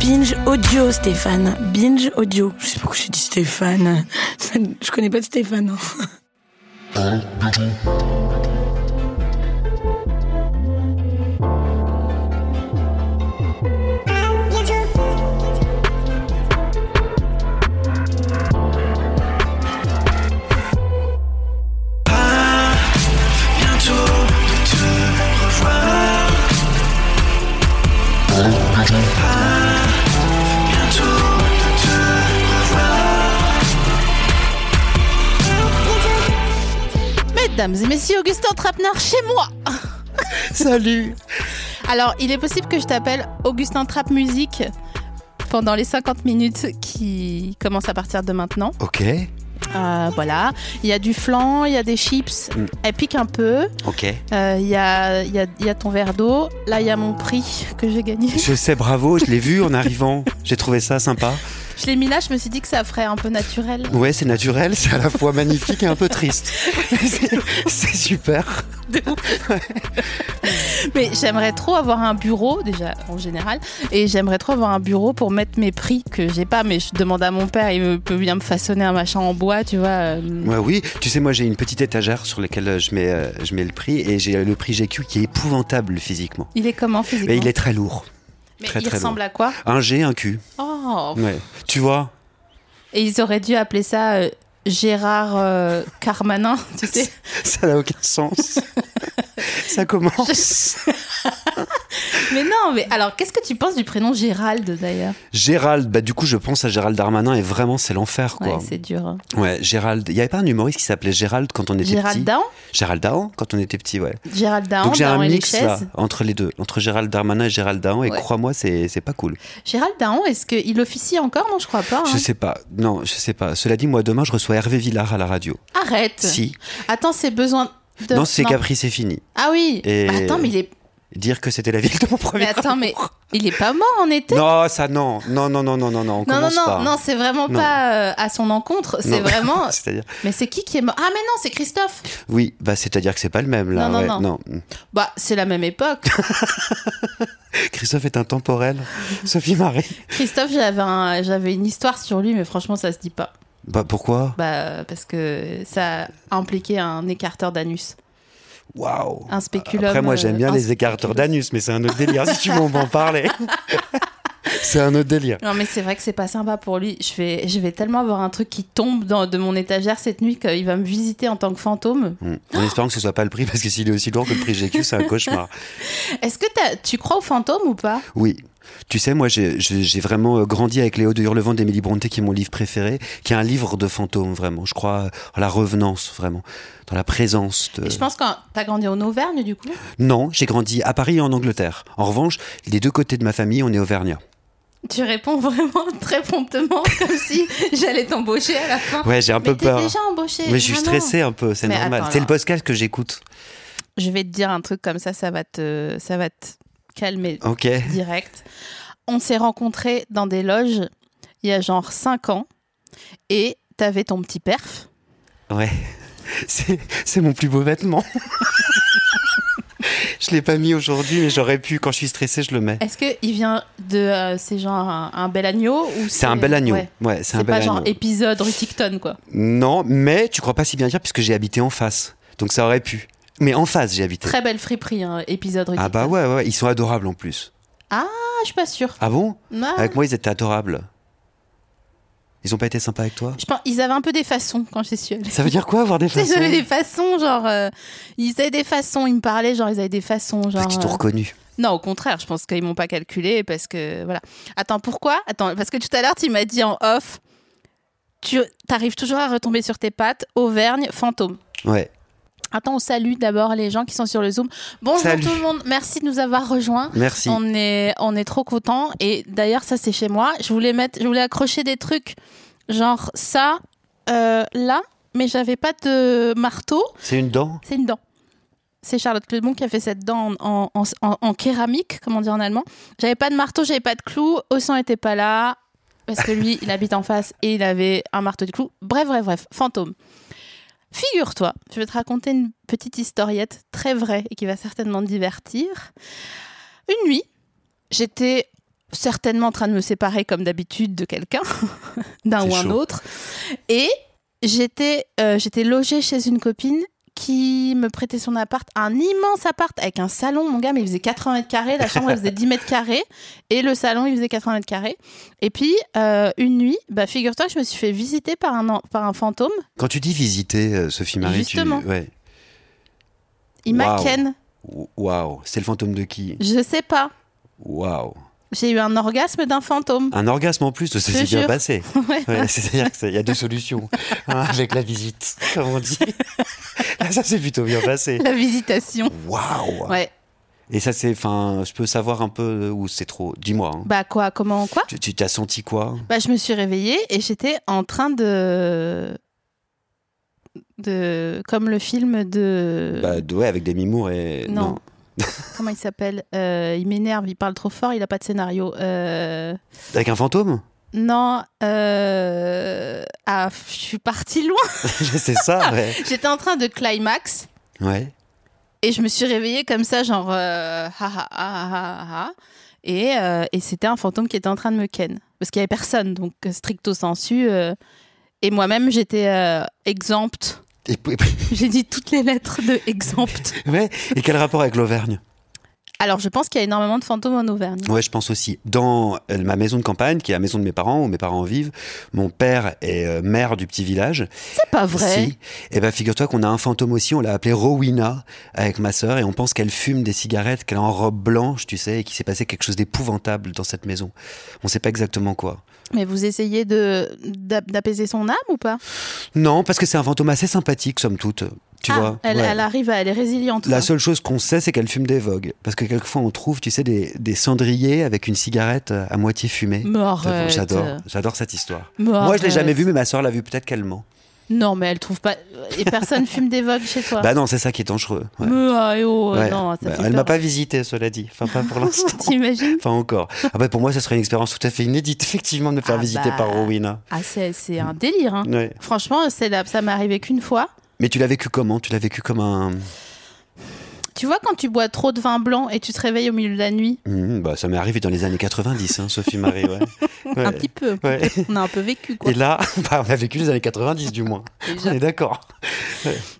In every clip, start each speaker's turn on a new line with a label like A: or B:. A: Binge audio, Stéphane. Binge audio. Je sais pas pourquoi j'ai dit Stéphane. Je connais pas de Stéphane. hein. non.
B: Mesdames et messieurs, Augustin Trapenard chez moi
C: Salut
B: Alors, il est possible que je t'appelle Augustin Trapp Musique pendant les 50 minutes qui commencent à partir de maintenant.
C: Ok,
B: Euh, voilà, il y a du flan, il y a des chips,
C: Mm.
B: elle pique un peu,
C: ok.
B: Euh, il y, a, il y a- il y a ton verre d'eau, là il y a mon prix que j'ai gagné.
C: Je sais, bravo, je l'ai vu en arrivant. J'ai trouvé ça sympa.
B: Je l'ai mis là, je me suis dit que ça ferait un peu naturel.
C: Ouais, c'est naturel, c'est à la fois magnifique et un peu triste. C'est- C'est super.
B: Mais j'aimerais trop avoir un bureau, déjà en général, et j'aimerais trop avoir un bureau pour mettre mes prix que j'ai pas, mais je demande à mon père, il me- peut bien me façonner un machin en bois, tu vois. euh,
C: Ouais, oui, tu sais, moi j'ai une petite étagère sur laquelle euh, je mets, euh, je mets le prix et j'ai euh, le prix GQ qui est épouvantable physiquement.
B: Il est comment physiquement
C: Mais il est très lourd.
B: Mais
C: très,
B: il
C: très
B: ressemble à quoi
C: Un G, un Q.
B: Oh
C: Ouais. Tu vois
B: Et ils auraient dû appeler ça euh, Gérard euh, Carmanin, tu sais.
C: Ça n'a aucun sens. ça commence.
B: Mais non, mais alors qu'est-ce que tu penses du prénom Gérald d'ailleurs
C: Gérald, bah du coup je pense à Gérald Darmanin et vraiment c'est l'enfer
B: Ouais,
C: quoi.
B: c'est dur. hein.
C: Ouais, Gérald. Il n'y avait pas un humoriste qui s'appelait Gérald quand on était petit
B: Gérald Dahan
C: Gérald Dahan quand on était petit, ouais.
B: Gérald Dahan,
C: Donc j'ai
B: Dahan
C: un
B: Ah, et les
C: mix là,
B: chaises.
C: entre les deux, entre Gérald Darmanin et Gérald Dahan, et
B: Ouais.
C: crois-moi, c'est c'est pas cool.
B: Gérald Dahan, est-ce qu'il officie encore Non, je crois pas. hein.
C: Je sais pas, non, je sais pas. Cela dit, moi demain, je reçois Hervé Villard à la radio.
B: Arrête
C: Si.
B: Attends, c'est besoin de.
C: non, c'est Capri, c'est fini.
B: Ah oui
C: Et-
B: Bah, Attends, mais il est.
C: Dire que c'était la ville de mon premier.
B: Mais attends, mais il est pas mort en été
C: Non, ça non, non, non, non, non, non, non, on
B: Non, non,
C: commence
B: non,
C: pas.
B: non, c'est vraiment
C: Non.
B: pas euh, à son encontre. C'est
C: Non.
B: vraiment.
C: C'est-à-dire,
B: Mais c'est qui qui est mort Ah, mais non, c'est Christophe
C: oui, bah c'est-à-dire que c'est pas le même là.
B: Non, non,
C: ouais,
B: non. Bah, c'est la même époque.
C: Christophe est intemporel. Sophie Marie.
B: Christophe, j'avais un- j'avais une histoire sur lui, mais franchement, ça se dit pas.
C: Bah pourquoi
B: Bah, parce que ça impliquait un écarteur d'anus,
C: Waouh.
B: un spéculum.
C: Après, moi, j'aime bien
B: euh, un
C: les écarteurs d'anus, mais c'est un autre délire. si tu veux, on va en parler. c'est un autre délire.
B: Non, mais c'est vrai que c'est pas sympa pour lui. Je vais, je vais tellement avoir un truc qui tombe dans, de mon étagère cette nuit qu'il va me visiter en tant que fantôme.
C: Mm. En espérant que ce soit pas le prix, parce que s'il est aussi lourd que le prix GQ, c'est un cauchemar.
B: Est-ce que t'as- tu crois aux fantômes ou pas
C: Oui. Tu sais, moi, j'ai- j'ai j'ai vraiment euh, grandi avec Léo de Hurlevent d'Émilie Bronté, qui est mon livre préféré, qui est un livre de fantômes, vraiment. Je crois euh, en la revenance, vraiment. Dans la présence de...
B: Et Je pense que t'as grandi en Auvergne, du coup.
C: Non, j'ai grandi à Paris et en Angleterre. En revanche, les deux côtés de ma famille, on est auvergnat.
B: Tu réponds vraiment très promptement, comme si j'allais t'embaucher à la fin.
C: Ouais, j'ai un
B: mais
C: peu
B: t'es
C: peur.
B: déjà embauché.
C: Mais je suis
B: vraiment.
C: stressé un peu, c'est
B: Mais
C: normal.
B: attends,
C: C'est le
B: alors.
C: podcast que j'écoute.
B: Je vais te dire un truc comme ça, ça va te, ça va te calmer
C: Ok.
B: direct. On s'est rencontrés dans des loges il y a genre 5 ans et t'avais ton petit perf.
C: Ouais. C'est c'est mon plus beau vêtement. je l'ai pas mis aujourd'hui, mais j'aurais pu. Quand je suis stressé, je le mets.
B: Est-ce que il vient de euh, c'est genre un, un bel agneau ou
C: C'est un bel agneau.
B: Ouais.
C: Ouais, c'est
B: C'est
C: un bel
B: pas
C: agneau.
B: genre épisode Ruticton quoi.
C: Non, mais tu crois pas si bien dire puisque j'ai habité en face. Donc ça aurait pu. Mais en face, j'ai habité.
B: Très belle friperie hein, épisode Ruticton.
C: Ah bah ouais, ouais, ouais, ils sont adorables en plus.
B: Ah, je suis pas sûre.
C: Ah bon
B: Ah,
C: Avec moi, ils étaient adorables. Ils ont pas été sympas avec toi
B: je pense ils avaient un peu des façons quand j'y suis allée.
C: Ça veut dire quoi avoir des
B: Tu sais,
C: façons
B: Ils avaient des façons, genre. euh, ils avaient des façons, ils me parlaient, genre, ils avaient des façons, genre.
C: Parce qu'ils t'ont
B: euh,
C: reconnu.
B: Non, au contraire, je pense qu'ils m'ont pas calculé parce que voilà. Attends, pourquoi Attends, parce que tout à l'heure tu m'as dit en off, tu arrives toujours à retomber sur tes pattes, Auvergne, fantôme.
C: Ouais.
B: Attends, on salue d'abord les gens qui sont sur le Zoom. Bonjour
C: Salut.
B: tout le monde, merci de nous avoir rejoints.
C: Merci.
B: On est, on est trop contents. Et d'ailleurs, ça, c'est chez moi. Je voulais mettre, je voulais accrocher des trucs, genre ça, euh, là, mais j'avais pas de marteau.
C: C'est une dent
B: C'est une dent. C'est Charlotte Clebon qui a fait cette dent en, en, en- en kéramite, comme on dit en allemand. J'avais pas de marteau, j'avais pas de clou. Ossan était pas là, parce que lui, il habite en face et il avait un marteau de clou. Bref, bref, bref, fantôme. Figure-toi, je vais te raconter une petite historiette très vraie et qui va certainement te divertir. Une nuit, j'étais certainement en train de me séparer, comme d'habitude, de quelqu'un, d'un
C: C'est
B: ou un
C: chaud.
B: autre. Et j'étais euh, j'étais logée chez une copine qui me prêtait son appart, un immense appart avec un salon, mon gars, mais il faisait 80 mètres carrés, la chambre elle faisait 10 mètres carrés, et le salon il faisait 80 mètres carrés. Et puis, euh, une nuit, bah, figure-toi que je me suis fait visiter par un, an- par un fantôme,
C: Quand tu dis visiter, euh, Sophie Marie,
B: Justement.
C: tu. Ouais.
B: il m'a
C: Waouh.
B: ken,
C: Ou- Waouh, c'est le fantôme de qui
B: je sais pas,
C: Waouh.
B: j'ai eu un orgasme d'un fantôme.
C: Un orgasme en plus, ça
B: Je
C: s'est bien
B: jure.
C: passé.
B: Ouais.
C: Ouais, C'est-à-dire qu'il y a deux solutions hein, avec la visite, comme on dit. Là, ça s'est plutôt bien passé.
B: La visitation.
C: Ah. Waouh
B: Ouais.
C: Et ça, c'est. Enfin, je peux savoir un peu où c'est trop. Dis-moi. hein.
B: Bah quoi, comment, quoi
C: Tu- Tu t'as senti quoi
B: Bah, je me suis réveillée et j'étais en train de. de. comme le film de.
C: Bah, d- ouais, avec des mimours et.
B: Euh. Non. Comment il s'appelle Euh, Il m'énerve, il parle trop fort, il a pas de scénario. Euh,
C: Avec un fantôme
B: Non, euh, ah, je suis partie loin.
C: C'est ça, ouais.
B: J'étais en train de climax
C: Ouais.
B: et je me suis réveillée comme ça, genre euh, ha ha ha ha ha. ha. Et, euh, et c'était un fantôme qui était en train de me ken. Parce qu'il y avait personne, donc euh, stricto sensu. euh, et moi-même, j'étais euh, exempte.
C: Et, puis-
B: J'ai dit toutes les lettres de exempte.
C: ouais. et quel rapport avec l'Auvergne
B: Alors, je pense qu'il y a énormément de fantômes en Auvergne.
C: Ouais, je pense aussi. Dans euh, ma maison de campagne, qui est la maison de mes parents, où mes parents vivent, mon père est euh, maire du petit village.
B: C'est pas vrai.
C: Si. Et ben figure-toi qu'on a un fantôme aussi, on l'a appelé Rowena avec ma sœur, et on pense qu'elle fume des cigarettes, qu'elle est en robe blanche, tu sais, et qu'il s'est passé quelque chose d'épouvantable dans cette maison. On sait pas exactement quoi.
B: Mais vous essayez de d'a- d'apaiser son âme ou pas
C: Non, parce que c'est un fantôme assez sympathique, somme toute. Tu
B: Ah,
C: vois
B: elle,
C: Ouais.
B: elle hein. arrive, à- elle est résiliente.
C: La
B: quoi.
C: seule chose qu'on sait, c'est qu'elle fume des vogues. Parce que quelquefois, on trouve, tu sais, des, des cendriers avec une cigarette euh, à moitié fumée.
B: Mais arrête.
C: J'adore, j'adore cette histoire.
B: Mais
C: Moi, je l'ai
B: arrête.
C: jamais vue, mais ma soeur l'a vue, peut-être qu'elle ment.
B: Non, mais elle trouve pas. Et personne fume des vogues chez toi.
C: Bah non, c'est ça qui est dangereux. ouais.
B: Mais, ah, et oh,
C: Ouais.
B: non, ça
C: Bah,
B: fait
C: elle
B: peur.
C: m'a pas visité, cela dit. Enfin, pas pour l'instant.
B: T'imagines
C: Enfin, encore. Ah bah, pour moi, ça serait une expérience tout à fait inédite, effectivement, de me faire
B: Ah
C: visiter
B: bah.
C: par Rowena.
B: Ah, c'est c'est un délire. hein.
C: Ouais.
B: Franchement, c'est là, ça m'est arrivé qu'une fois.
C: Mais tu l'as vécu comment Tu l'as vécu comme un.
B: Tu vois, quand tu bois trop de vin blanc et tu te réveilles au milieu de la nuit,
C: Hmm, bah, ça m'est arrivé dans les années 90, hein, Sophie Marie, ouais. Ouais.
B: un petit peu.
C: Ouais.
B: On a un peu vécu, quoi.
C: Et là, bah, on a vécu les années 90 du moins.
B: déjà.
C: On est d'accord.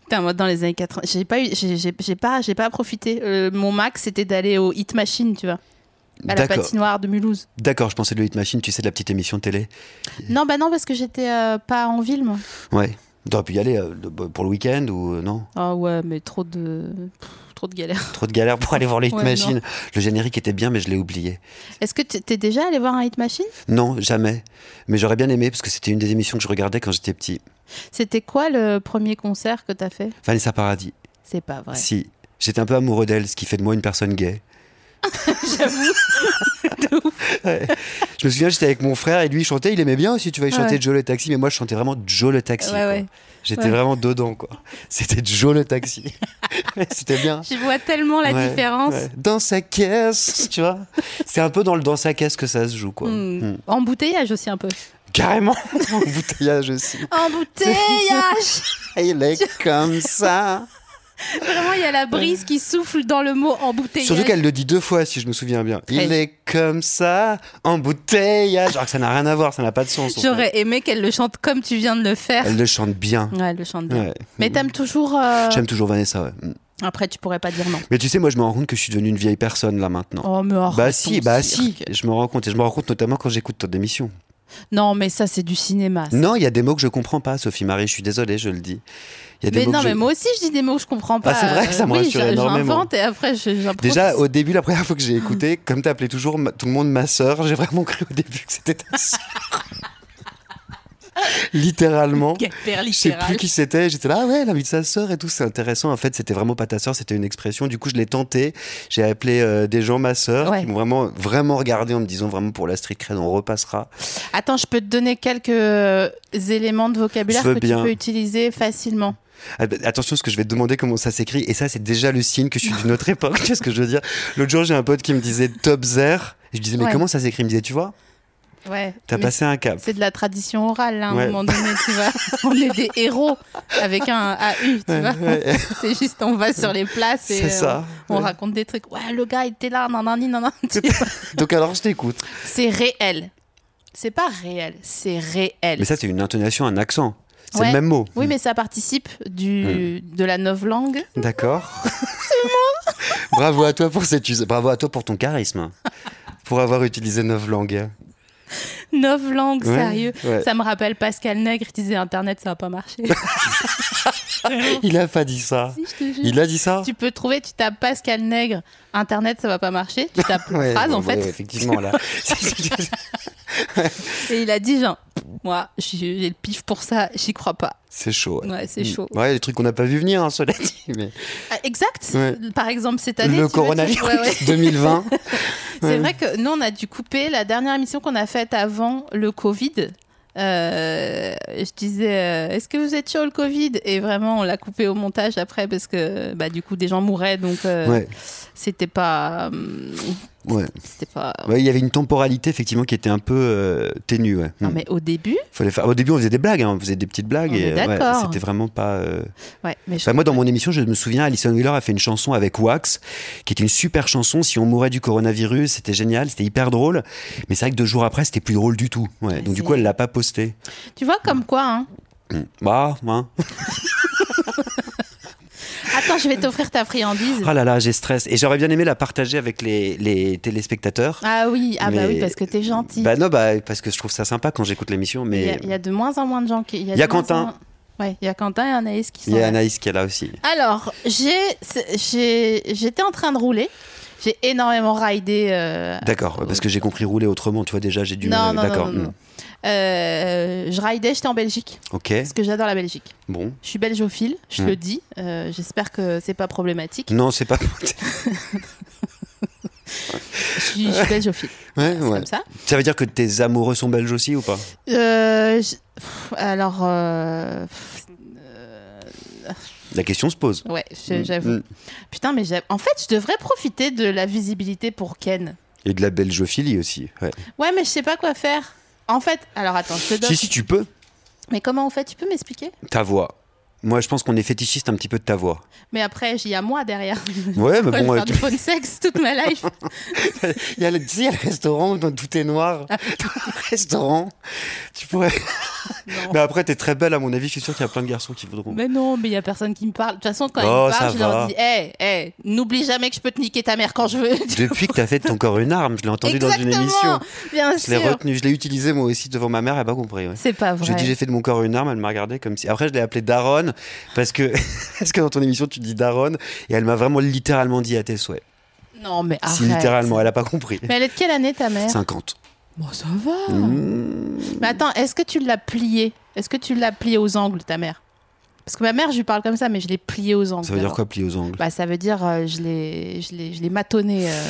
B: Putain, moi, dans les années 80, j'ai pas, eu- j'ai- j'ai j'ai pas, j'ai pas profité. Euh, mon max, c'était d'aller au Hit Machine, tu vois, à Bah, la
C: D'accord.
B: patinoire de Mulhouse.
C: D'accord, je pensais de le Hit Machine, tu sais, de la petite émission de télé.
B: Non, bah non, parce que j'étais euh, pas en ville, moi.
C: Ouais. T'aurais pu y aller euh, de- pour le week-end ou euh, non
B: Ah ouais, mais trop de, pff, trop de galères.
C: Trop de galère pour aller voir le Hit
B: Ouais,
C: Machine. Le générique était bien, mais je l'ai oublié.
B: Est-ce que tu- t'es déjà allé voir un Hit Machine
C: Non, jamais. Mais j'aurais bien aimé parce que c'était une des émissions que je regardais quand j'étais petit.
B: C'était quoi le premier concert que t'as fait
C: Vanessa Paradis.
B: C'est pas vrai.
C: Si. J'étais un peu amoureux d'elle, ce qui fait de moi une personne gay. J'avoue. Je me souviens, j'étais avec mon frère et lui il chantait, il aimait bien aussi, tu vois, il chantait
B: Ouais.
C: Joe le taxi, mais moi je chantais vraiment Joe le taxi.
B: Ouais,
C: quoi.
B: ouais.
C: J'étais
B: Ouais.
C: vraiment dedans, quoi. C'était Joe le taxi. C'était bien.
B: Je vois tellement la
C: Ouais,
B: différence.
C: ouais. Dans sa caisse, tu vois. C'est un peu dans le dans sa caisse que ça se joue, quoi.
B: Hmm.
C: Mm.
B: Embouteillage aussi un peu.
C: Carrément, embouteillage aussi.
B: Embouteillage
C: Il est comme ça.
B: Vraiment, il y a la brise qui souffle dans le mot embouteillage.
C: Surtout qu'elle le dit deux fois, si je me souviens bien. Il
B: Ouais.
C: est comme ça, embouteillage. Alors que ça n'a rien à voir, ça n'a pas de sens. en fait.
B: J'aurais aimé qu'elle le chante comme tu viens de le faire.
C: Elle le chante bien.
B: Ouais, elle le chante bien.
C: Ouais.
B: Mais t'aimes toujours. euh,
C: J'aime toujours Vanessa, ouais. Mm.
B: Après, tu pourrais pas dire non.
C: Mais tu sais, moi, je me rends compte que je suis devenue une vieille personne, là, maintenant.
B: Oh, mais arrête
C: bah
B: ton
C: si, bah si,
B: cirque.
C: je me rends compte. Et je me rends compte notamment quand j'écoute ton émission.
B: Non, mais ça, Ah, c'est du cinéma. ça.
C: Non, il y a des mots que je comprends pas, Sophie Marie, je suis désolée, je le dis. Il y a des
B: mais
C: mots que
B: non,
C: je- Ah,
B: mais moi aussi, je dis des mots que je comprends pas.
C: c'est vrai que ça me
B: Euh, oui,
C: rassure
B: je-
C: énormément.
B: J'invente et après, je- j'improvise.
C: Déjà, au début, la première fois que j'ai écouté, comme t'appelais toujours ma- tout le monde ma sœur, j'ai vraiment cru au début que c'était ta sœur. littéralement.
B: Hyper
C: Je sais
B: littéral.
C: plus qui c'était, j'étais là, ah ouais, l'invite sa sœur et tout, c'est intéressant. En fait, c'était vraiment pas ta sœur, c'était une expression. Du coup, je l'ai tenté. J'ai appelé euh, des gens ma sœur
B: Ouais.
C: qui m'ont vraiment, vraiment regardé en me disant vraiment pour la street cred, on repassera.
B: Attends, je peux te donner quelques euh, éléments de vocabulaire
C: Je veux
B: que
C: bien.
B: tu peux utiliser facilement.
C: Ah, bah, Attention, ce que je vais te demander comment ça s'écrit. Et ça, c'est déjà le signe que je suis d'une autre époque. Qu'est-ce que je veux dire L'autre jour, j'ai un pote qui me disait Tobzer. Et je disais, mais
B: Ouais.
C: comment ça s'écrit Il me disait, tu vois,
B: Ouais.
C: t'as
B: mais
C: passé un cap.
B: C'est de la tradition orale, là, à un
C: Ouais.
B: moment donné, tu vois. On est des héros avec un AU, tu
C: Ouais,
B: vois.
C: ouais,
B: C'est juste, on va sur les places et
C: c'est
B: euh,
C: ça.
B: on
C: Ouais.
B: raconte des trucs. Ouais, le gars, il était là, nan, nan, ni, nan, nan. Tu vois,
C: Donc alors, je t'écoute.
B: C'est réel. C'est pas réel, c'est réel.
C: Mais ça, Mm. c'est une intonation, un accent. C'est
B: Ouais.
C: le même mot.
B: Oui, mais ça participe du,
C: Mm.
B: de la novlangue.
C: D'accord. Bravo à toi pour cet us- Bravo à toi pour ton charisme. Pour avoir utilisé neuf langues.
B: Novlangue,
C: Ouais,
B: sérieux.
C: ouais.
B: Ça me rappelle Pascal Nègre, il disait Internet, ça va pas marcher.
C: Il a pas dit ça.
B: Si, je te jure.
C: Il a dit ça
B: Tu peux trouver, tu tapes Pascal Nègre, Internet, ça va pas marcher. Tu tapes
C: Ouais,
B: phrase,
C: bon,
B: en
C: ouais,
B: fait.
C: effectivement, là.
B: Et il a dit, genre, moi, j'ai j'ai le pif pour ça, j'y crois pas.
C: c'est chaud.
B: Ouais, c'est chaud.
C: Ouais, les trucs qu'on n'a pas vu venir, hein, cela dit. mais-
B: Ah, Exact.
C: Ouais.
B: Par exemple, cette année.
C: le
B: tu vois, tu-
C: coronavirus
B: ouais, ouais.
C: 2020.
B: C'est vrai que nous, on a dû couper la dernière émission qu'on a faite avant le Covid. euh, je disais, euh, est-ce que vous êtes sur le Covid Et vraiment, on l'a coupé au montage après parce que bah, du coup, des gens mouraient, donc euh,
C: Ouais, Mm.
B: c'était pas, hum,
C: ouais.
B: c'était pas.
C: Ouais, il y avait une temporalité, effectivement, qui était un peu euh, ténue. ouais.
B: Non
C: Mm.
B: mais au début,
C: Fallait faire- Au début, on faisait des blagues, hein, on faisait des petites blagues.
B: On
C: et
B: est
C: euh, ouais,
B: d'accord.
C: c'était vraiment pas. euh,
B: ouais, mais je-
C: Enfin, moi, dans mon émission, je me souviens, Alison Wheeler a fait une chanson avec Wax, qui est une super chanson. Si on mourait du coronavirus, c'était génial, c'était hyper drôle. Mais c'est vrai que deux jours après, c'était plus drôle du tout. Ouais. Donc, du
B: c'est-
C: coup, elle l'a pas posté.
B: tu vois comme quoi. hein.
C: Mm. Bah, hein.
B: Attends, je vais t'offrir ta friandise.
C: Ah là là, j'ai stress. Et j'aurais bien aimé la partager avec les, les téléspectateurs.
B: Ah oui, ah bah
C: Mais-
B: oui, parce que t'es gentil.
C: Bah non, bah, parce que je trouve ça sympa quand j'écoute l'émission,
B: Il y,
C: mais
B: a- il y a de moins en moins de gens qui.
C: Il y a
B: de moins en
C: Quentin.
B: moins- Ouais, il y a Quentin et Anaïs qui sont.
C: il y a
B: là.
C: Anaïs qui est là aussi.
B: Alors, j'ai- c'est- j'ai- j'étais en train de rouler. J'ai énormément raidé. euh,
C: D'accord, parce que j'ai compris rouler autrement, tu vois, déjà, j'ai dû.
B: Non, non,
C: D'accord.
B: non, non, non.
C: mm.
B: Euh, je raidais, j'étais en Belgique.
C: Ok,
B: Parce que j'adore la Belgique.
C: bon.
B: Je suis belgeophile, je
C: Mm.
B: le dis. euh, J'espère que c'est pas problématique.
C: Non, c'est pas.
B: Je suis, je suis belgeophile,
C: ouais,
B: c'est
C: ouais.
B: comme ça.
C: Ça veut dire que tes amoureux sont belges aussi ou pas
B: Euh, je- pff, alors, euh, pff,
C: La question se pose.
B: ouais, je-
C: Mm,
B: j'avoue.
C: mm.
B: Putain, mais j'aime- en fait, je devrais profiter de la visibilité pour Ken.
C: Et de la belgophilie aussi. Ouais.
B: Ouais, mais je sais pas quoi faire. En fait, alors attends, je te donne.
C: Si, si, tu peux.
B: Mais comment on fait Tu peux m'expliquer
C: Ta voix. Moi, je pense qu'on est fétichiste un petit peu de ta voix.
B: Mais après, j'y a moi derrière. Moi, je
C: Ouais, mais bon,
B: vais
C: euh,
B: faire du phone sex toute ma life.
C: il y a le, tu sais, il y a le restaurant où tout est noir.
B: Ah,
C: le restaurant. Tu pourrais.
B: Non.
C: Mais après, t'es très belle, à mon avis. Je suis sûr qu'il y a plein de garçons qui voudront.
B: Mais non, mais il y a personne qui me parle. De toute façon, quand
C: Oh,
B: ils me
C: ça
B: parlent, je leur
C: va.
B: dis Hé, hé, n'oublie jamais que je peux te niquer ta mère quand je veux.
C: Depuis que t'as fait de ton corps une arme, je l'ai entendu dans une
B: Exactement,
C: émission.
B: Bien
C: Je l'ai
B: sûr.
C: retenu, je l'ai utilisé moi aussi devant ma mère, elle a pas compris. ouais.
B: C'est pas vrai.
C: Je lui ai dit j'ai fait de mon corps une arme, elle m'a regardé comme si. Après je l'ai appelée Daronne parce que parce que dans ton émission tu dis Daronne et elle m'a vraiment littéralement dit à tes souhaits.
B: Non, mais arrête.
C: Si littéralement, elle a pas compris.
B: Mais elle est de quelle année ta mère
C: 50.
B: Bon, ça va.
C: Mmh.
B: Mais attends, est-ce que tu l'as pliée Est-ce que tu l'as pliée aux angles, ta mère Parce que ma mère, je lui parle comme ça, mais je l'ai pliée aux angles.
C: Ça veut dire
B: d'abord.
C: quoi plier aux angles
B: bah, ça veut dire euh, je l'ai je l'ai- je l'ai matonnée. euh.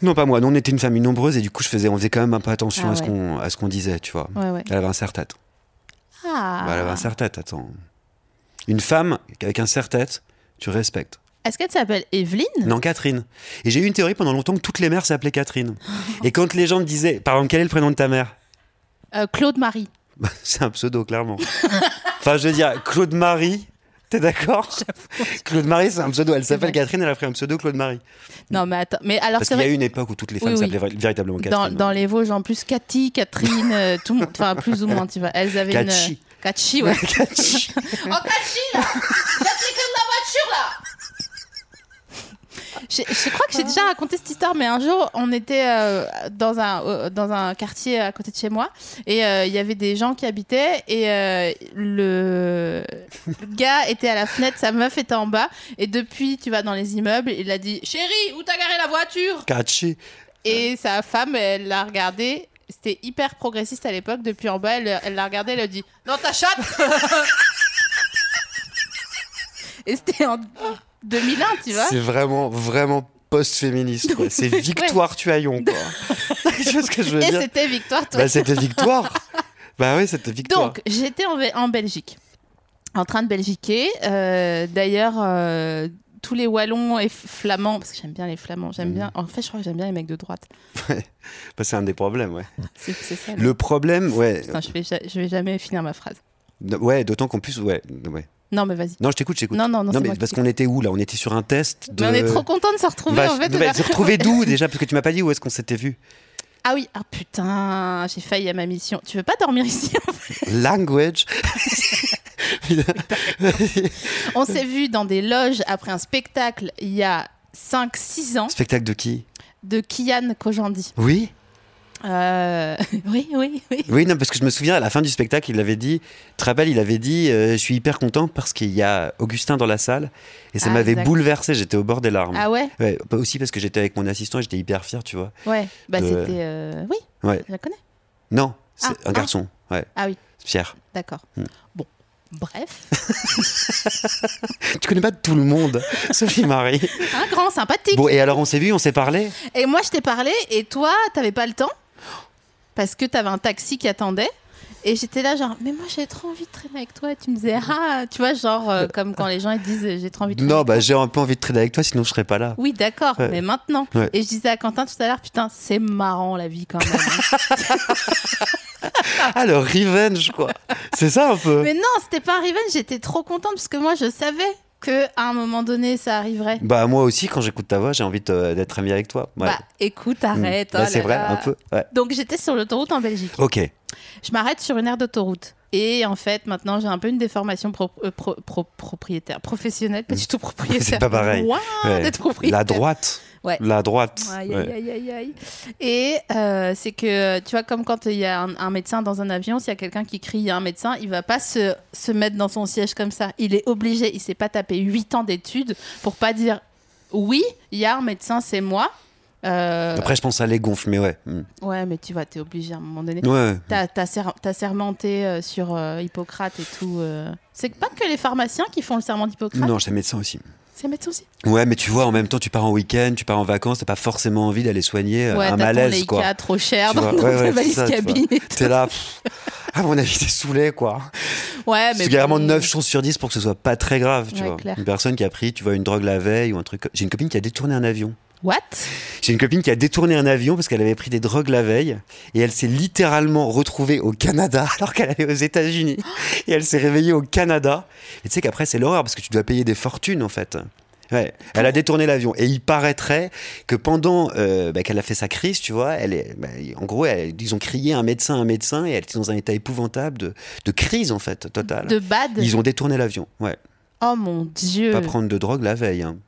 C: Non pas moi, Nous, on était une famille nombreuse et du coup je faisais on faisait quand même un peu attention
B: Ah
C: à ce
B: ouais.
C: qu'on à ce qu'on disait, tu vois.
B: Ouais, ouais.
C: Elle avait un serre-tête.
B: Ah.
C: Bah, elle avait un serre-tête, attends. Une femme avec un serre-tête, tu respectes.
B: Est-ce qu'elle s'appelle Evelyne
C: Non, Catherine. Et j'ai eu une théorie pendant longtemps que toutes les mères s'appelaient Catherine. Et quand les gens me disaient, par exemple, quel est le prénom de ta mère
B: Euh, Claude Marie.
C: Bah, C'est un pseudo, clairement. enfin, je veux dire, Claude Marie, t'es d'accord Claude Marie, c'est un pseudo. Elle s'appelle
B: vrai.
C: Catherine, elle a pris un pseudo Claude Marie.
B: Non, mais attends. Mais alors,
C: Parce
B: c'est
C: qu'il y a
B: vrai.
C: eu une époque où toutes les
B: Oui,
C: femmes
B: oui.
C: s'appelaient vra- véritablement
B: Dans,
C: Catherine.
B: dans les Vosges, en plus, Cathy, Catherine, euh, tout le monde, enfin plus ou moins, tu vois. Elles avaient
C: Catchy.
B: une. Catchy, ouais.
C: Catchy.
B: oh, Catchy, là J'ai cliqué de la voiture, là je, je crois que j'ai déjà raconté cette histoire, mais un jour, on était euh, dans, un, euh, dans un quartier à côté de chez moi, et euh, il y avait des gens qui habitaient, et euh, le... le gars était à la fenêtre, sa meuf était en bas, et depuis, tu vas dans les immeubles, il a dit Chérie, où t'as garé la voiture
C: Catchy.
B: et sa femme, elle l'a regardé c'était hyper progressiste à l'époque. Depuis en bas, elle, elle l'a regardé, elle a dit Non, ta chatte Et c'était en 2001, tu vois.
C: C'est vraiment, vraiment post-féministe. quoi. C'est Victoire Tuaillon, quoi. tu vois ce que je veux
B: Et
C: dire
B: c'était Victoire toi.
C: Bah, c'était Victoire. bah oui, c'était Victoire.
B: Donc, j'étais en, Be- en Belgique, en train de belgiquer. Euh, D'ailleurs, euh, tous les Wallons et Flamands, parce que j'aime bien les Flamands, j'aime
C: Mhm.
B: bien. En fait, je crois que j'aime bien les mecs de droite.
C: Bah, c'est un des problèmes, ouais.
B: C'est c'est ça.
C: Le problème, ouais.
B: Putain, je vais, ja- je vais jamais finir ma phrase.
C: d- Ouais, d'autant qu'en plus, ouais, ouais.
B: Non, mais vas-y.
C: Non, je t'écoute, je t'écoute.
B: Non, non, non,
C: Non,
B: c'est
C: mais
B: moi qui
C: parce
B: dis.
C: qu'on était où là On était sur un test de.
B: Mais on est trop contents de se retrouver
C: Vache-
B: en fait.
C: bah,
B: on a-
C: se retrouver d'où déjà Parce que tu m'as pas dit où est-ce qu'on s'était vu.
B: Ah oui, ah putain, j'ai failli à ma mission. Tu veux pas dormir ici
C: Language. Putain.
B: On s'est vu dans des loges après un spectacle il y a 5-6 ans
C: Spectacle de qui
B: de Kian Kojandi.
C: Oui.
B: Euh, Oui, oui, oui.
C: Oui, non, parce que je me souviens à la fin du spectacle, il avait dit. Tu te rappelles, il avait dit euh, Je suis hyper content parce qu'il y a Augustin dans la salle et ça
B: Ah,
C: m'avait
B: exact.
C: bouleversé. J'étais au bord des larmes.
B: Ah ouais
C: Ouais, pas aussi parce que j'étais avec mon assistant et j'étais hyper fier, tu vois.
B: Ouais, bah
C: De-
B: c'était. euh, Oui,
C: Ouais.
B: je la connais.
C: Non, c'est
B: Ah,
C: un
B: ah.
C: garçon. Ouais.
B: Ah oui.
C: C'est Pierre.
B: D'accord.
C: Hmm.
B: Bon, bref,
C: Tu connais pas tout le monde, Sophie Marie.
B: un Hein, grand sympathique.
C: Bon, et alors on s'est vu, on s'est parlé
B: Et moi, je t'ai parlé, et toi, t'avais pas le temps parce que t'avais un taxi qui attendait. Et j'étais là, genre, mais moi j'ai trop envie de traîner avec toi. Et tu me disais, ah, tu vois, genre, euh, comme quand les gens ils disent, euh, j'ai trop envie de traîner
C: Non,
B: avec
C: bah j'ai un peu envie de traîner avec toi, sinon je serais pas là.
B: Oui, d'accord,
C: Ouais.
B: mais maintenant.
C: Ouais.
B: Et je disais à Quentin tout à l'heure, putain, c'est marrant la vie quand même.
C: Ah, le revenge, quoi. C'est ça un peu
B: mais non, c'était pas un revenge, j'étais trop contente parce que moi je savais que à un moment donné ça arriverait.
C: Bah moi aussi, quand j'écoute ta voix, j'ai envie de- euh, d'être ami avec toi. Ouais.
B: Bah écoute, arrête.
C: Mmh. Ouais,
B: oh
C: c'est
B: là
C: vrai,
B: là.
C: un peu. Ouais.
B: Donc j'étais sur l'autoroute en Belgique.
C: Ok.
B: Je m'arrête sur une aire d'autoroute. Et en fait, maintenant, j'ai un peu une déformation pro- euh, pro- pro- propriétaire, professionnelle, pas du tout propriétaire.
C: Mm. C'est pas pareil.
B: Loin
C: Ouais.
B: d'être propriétaire.
C: La droite.
B: Ouais.
C: La droite.
B: Aïe,
C: Ouais.
B: aïe, aïe, aïe, aïe. Et euh, c'est que, tu vois, comme quand il y a un, un médecin dans un avion, s'il y a quelqu'un qui crie, il y a un médecin, il va pas se, se mettre dans son siège comme ça. Il est obligé, il s'est pas tapé 8 ans d'études pour pas dire oui, il y a un médecin, c'est moi. Euh,
C: Après, je pense à les gonfles, mais ouais. Mmh.
B: ouais, mais tu vois, t'es obligé à un moment donné.
C: Ouais.
B: T'as t'as ser- t'as sermenté euh, sur euh, Hippocrate et tout. euh. C'est pas que les pharmaciens qui font le serment d'Hippocrate.
C: Non, j'ai médecin aussi.
B: C'est médecin aussi.
C: Ouais, mais tu vois, en même temps, tu pars en week-end, tu pars en vacances, t'as pas forcément envie d'aller soigner euh,
B: ouais,
C: un
B: t'attends les
C: malaise,
B: Ikea
C: quoi.
B: trop cher
C: Tu
B: dans,
C: vois,
B: dans
C: ouais,
B: ta
C: ouais, c'est
B: valise
C: ça, tu vois.
B: cabine. et tout.
C: T'es là. pff, à mon avis, t'es saoulé, quoi.
B: Ouais, mais
C: C'est carrément
B: bon.
C: 9 chances sur 10 pour que ce soit pas très grave, tu
B: Ouais,
C: vois.
B: clair.
C: Une personne qui a pris, tu vois, une drogue la veille ou un truc. J'ai une copine qui a détourné un avion.
B: What
C: J'ai une copine qui a détourné un avion parce qu'elle avait pris des drogues la veille et elle s'est littéralement retrouvée au Canada alors qu'elle allait aux États-Unis et elle s'est réveillée au Canada. Et tu sais qu'après, c'est l'horreur parce que tu dois payer des fortunes en fait. Ouais, elle a détourné l'avion et il paraîtrait que pendant euh, bah, qu'elle a fait sa crise, tu vois, elle est, bah, en gros, elle- ils ont crié un médecin, un médecin et elle était dans un état épouvantable de, de crise en fait totale.
B: De bad
C: Ils ont détourné l'avion. Ouais.
B: Oh mon dieu.
C: Pas prendre de drogue la veille. hein.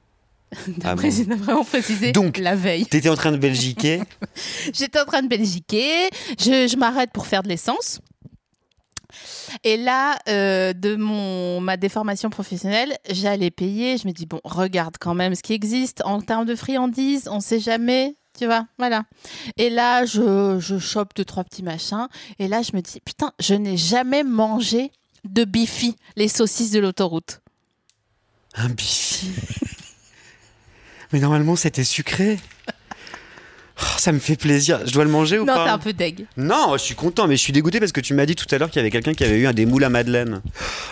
B: T'as
C: Ah bon.
B: précisé- t'as vraiment précisé
C: Donc-
B: la veille.
C: T'étais en train de belgiquer.
B: J'étais en train de belgiquer, je, je m'arrête pour faire de l'essence. Et là, euh, de mon, ma déformation professionnelle, j'allais payer. Je me dis, bon, regarde quand même ce qui existe en termes de friandises, on sait jamais, tu vois, voilà. Et là, je, je chope deux, trois petits machins. Et là, je me dis, putain, je n'ai jamais mangé de bifi, les saucisses de l'autoroute.
C: Un bifi. Mais normalement, c'était sucré. Oh, ça me fait plaisir. Je dois le manger ou
B: Non, t'es
C: pas
B: un peu deg.
C: Non, je suis content, mais je suis dégoûté parce que tu m'as dit tout à l'heure qu'il y avait quelqu'un qui avait eu un des moules à madeleine.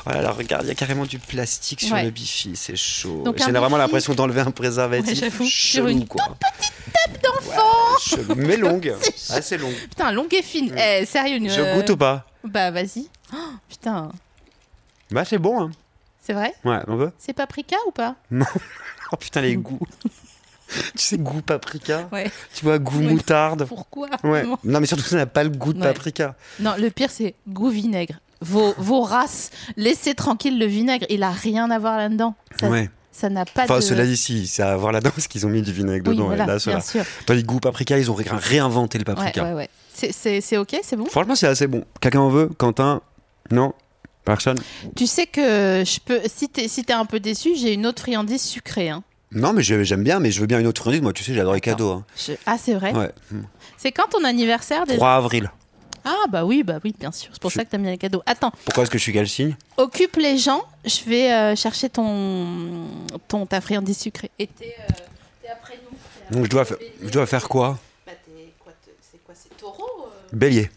C: Oh là là, regarde, il y a carrément du plastique sur
B: Ouais.
C: le bifi, c'est chaud.
B: Donc,
C: J'ai
B: un
C: vraiment
B: bifi-
C: l'impression d'enlever un
B: Ouais,
C: préservatif.
B: j'avoue, sur
C: chelou,
B: une
C: quoi. petite table d'enfant. mais longue,
B: C'est chaud.
C: assez longue.
B: Putain, longue et fine. Eh, sérieux, une.
C: Je goûte ou pas
B: Bah, vas-y. Oh, putain,
C: Bah c'est bon, hein.
B: c'est vrai
C: Ouais, on veut.
B: C'est paprika ou pas
C: Oh putain les goûts. tu sais goût paprika,
B: Ouais.
C: tu vois goût
B: Ouais.
C: moutarde.
B: Pourquoi
C: Ouais.
B: Vraiment.
C: Non, mais surtout, ça n'a pas le goût de
B: Ouais.
C: paprika.
B: Non, le pire, c'est goût vinaigre. Vos, vos races, laissez tranquille le vinaigre, il a rien à voir là-dedans. Ça
C: ouais.
B: ça n'a pas
C: Enfin,
B: de.
C: cela dit, si, c'est à voir là-dedans parce qu'ils ont mis du vinaigre
B: oui,
C: dedans.
B: voilà,
C: et là,
B: bien
C: cela.
B: sûr.
C: Pas les goûts paprika, ils ont ré- réinventé le
B: Ouais,
C: paprika.
B: ouais, ouais. C'est- C'est c'est ok, c'est bon.
C: Franchement, c'est assez bon. Quelqu'un en veut Quentin Non Personne
B: Tu sais que je peux, si t'es si t'es un peu déçu, j'ai une autre friandise sucrée. hein.
C: Non, mais je- j'aime bien, mais je veux bien une autre chronique. Moi, tu sais, j'adore les cadeaux. hein.
B: Je- Ah, c'est vrai.
C: Ouais. Mm.
B: C'est quand ton anniversaire déjà
C: 3 avril.
B: Ah, bah oui, bah oui, bien sûr. C'est pour
C: Je-
B: ça que t'as mis les cadeaux. Attends,
C: Pourquoi est-ce que je suis calcine
B: occupe les gens. Je vais euh, chercher ton, ton ta friandise sucrée. Et t'es euh, t'es après nous. T'es après
C: Donc, je dois, fa-
B: Bélier.
C: je dois faire quoi
B: Bah, t'es quoi te- C'est quoi C'est taureau euh
C: Bélier.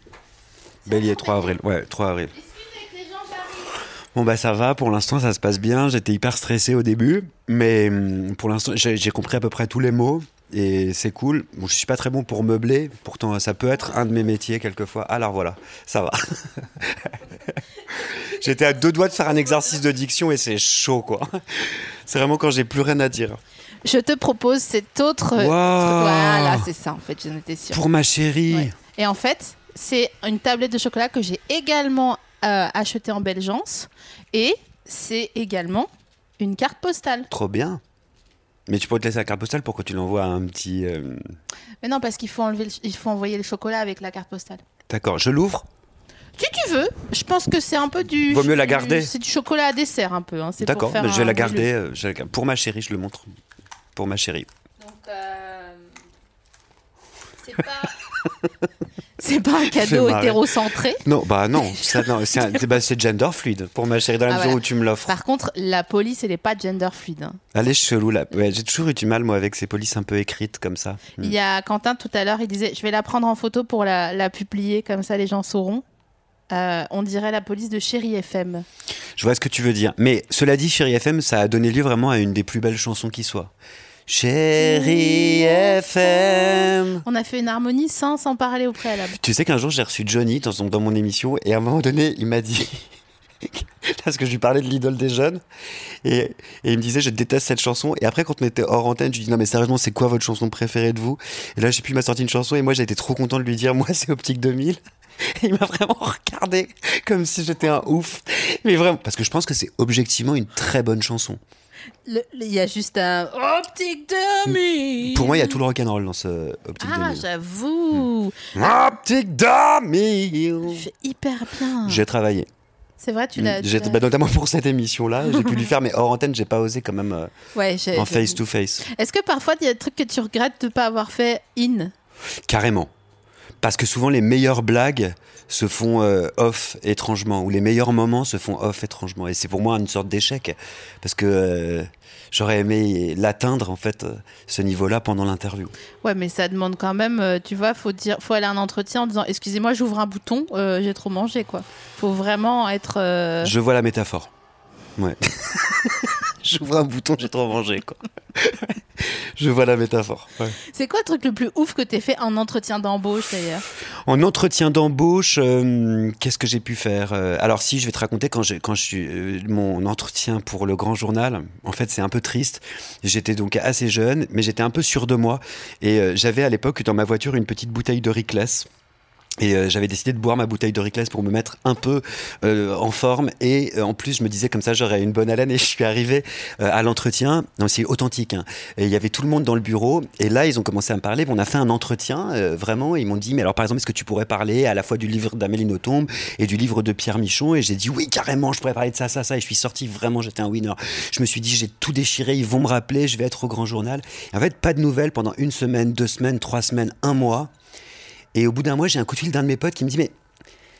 B: C'est
C: Bélier,
B: encore
C: 3 avril. Ouais, 3 avril.
B: Discute avec les gens, j'arrive.
C: Bon bah ça va, pour l'instant ça se passe bien, j'étais hyper stressé au début, mais hum, pour l'instant j'ai j'ai compris à peu près tous les mots et c'est cool. Bon, je suis pas très bon pour meubler, pourtant ça peut être un de mes métiers quelquefois. Alors voilà, ça va. j'étais à deux doigts de faire un exercice de diction et c'est chaud quoi. C'est vraiment quand j'ai plus rien à dire.
B: Je te propose cet autre.
C: Waouh.
B: truc. Voilà, c'est ça en fait, j'en étais sûre.
C: Pour ma chérie.
B: Ouais. Et en fait, c'est une tablette de chocolat que j'ai également euh, achetée en Belgiance. Et c'est également une carte postale.
C: Trop bien. Mais tu pourrais te laisser la carte postale pour que tu l'envoies à un petit... euh,
B: Mais non, parce qu'il faut, enlever le ch- il faut envoyer le chocolat avec la carte postale.
C: D'accord, je l'ouvre
B: Si tu veux, je pense que c'est un peu du.
C: Vaut mieux la
B: du-
C: garder.
B: C'est du chocolat à dessert un peu. hein. C'est pour
C: D'accord,
B: faire
C: mais je vais
B: un
C: la
B: moelleux.
C: garder. euh, je la garde. Pour ma chérie, je le montre. Pour ma chérie.
B: Donc, euh, C'est pas. c'est pas un
C: Fais
B: cadeau
C: marrer.
B: hétérocentré.
C: Non, bah non, ça, non c'est un- bah, c'est gender fluide. Pour ma chérie, dans la
B: Ah,
C: mesure
B: voilà.
C: où tu me l'offres.
B: Par contre, la police, elle est pas gender fluide. hein.
C: Elle est chelou là. Ouais, J'ai toujours eu du mal, moi, avec ces polices un peu écrites comme ça. Hmm.
B: Il y a Quentin tout à l'heure, il disait Je vais la prendre en photo pour la, la publier, comme ça les gens sauront. Euh, on dirait la police de Chéri FM.
C: Je vois ce que tu veux dire. Mais cela dit, chérie FM, ça a donné lieu vraiment à une des plus belles chansons qui soit. Chérie FM.
B: On a fait une harmonie sans s'en parler au préalable.
C: Tu sais qu'un jour, j'ai reçu Johnny dans, son- dans mon émission et à un moment donné, il m'a dit. Parce que je lui parlais de l'idole des jeunes et, et il me disait je déteste cette chanson et après quand on était hors antenne je lui dis non mais sérieusement c'est quoi votre chanson préférée de vous et là j'ai pu m'a sorti une chanson et moi j'ai été trop content de lui dire moi c'est Optique 2000 et il m'a vraiment regardé comme si j'étais un ouf mais vraiment parce que je pense que c'est objectivement une très bonne chanson
B: Le- le- Il y a juste un optique dummy.
C: Mm. pour moi il y a tout le rock'n'roll dans ce Optique Mm.
B: Ah,
C: 2000
B: j'avoue.
C: Optique 2000
B: Tu fais hyper bien.
C: j'ai travaillé
B: C'est vrai, tu l'as. tu
C: J'ai-
B: l'as-
C: bah, notamment pour cette émission là j'ai pu lui faire mais hors antenne j'ai pas osé quand même euh,
B: Ouais, j'ai-
C: en
B: j'ai-
C: face to face
B: Est-ce que parfois il y a des trucs que tu regrettes de ne pas avoir fait in
C: Carrément. Parce que souvent les meilleures blagues se font euh, off étrangement, ou les meilleurs moments se font off étrangement. Et c'est pour moi une sorte d'échec, parce que euh, j'aurais aimé l'atteindre en fait, euh, ce niveau-là pendant l'interview.
B: Ouais, mais ça demande quand même, euh, tu vois, faut dire, faut aller à un entretien en disant, excusez-moi, j'ouvre un bouton, euh, j'ai trop mangé, quoi. Faut vraiment être. euh,
C: Je vois la métaphore. Ouais. J'ouvre un bouton, j'ai trop mangé. Quoi. Je vois la métaphore. Ouais.
B: C'est quoi le truc le plus ouf que t'aies fait en entretien d'embauche d'ailleurs
C: En entretien d'embauche, euh, qu'est-ce que j'ai pu faire Euh, Alors si, je vais te raconter quand je, quand je suis euh, mon entretien pour le Grand Journal. En fait, c'est un peu triste. J'étais donc assez jeune, mais j'étais un peu sûr de moi et euh, j'avais à l'époque dans ma voiture une petite bouteille de Ricless. Et euh, j'avais décidé de boire ma bouteille de Ricless pour me mettre un peu euh, en forme. Et euh, en plus, je me disais comme ça, j'aurais une bonne haleine. Et je suis arrivé euh, à l'entretien. Non, c'est authentique. hein. Et il y avait tout le monde dans le bureau. Et là, ils ont commencé à me parler. On a fait un entretien, euh, vraiment. Et ils m'ont dit, mais alors, par exemple, est-ce que tu pourrais parler à la fois du livre d'Amélie Nothomb et du livre de Pierre Michon Et j'ai dit, oui, carrément, je pourrais parler de ça, ça, ça. Et je suis sorti, vraiment, j'étais un winner. Je me suis dit, j'ai tout déchiré. Ils vont me rappeler. Je vais être au grand journal. Et en fait, pas de nouvelles pendant une semaine, deux semaines, trois semaines, un mois. Et au bout d'un mois, j'ai un coup de fil d'un de mes potes qui me dit Mais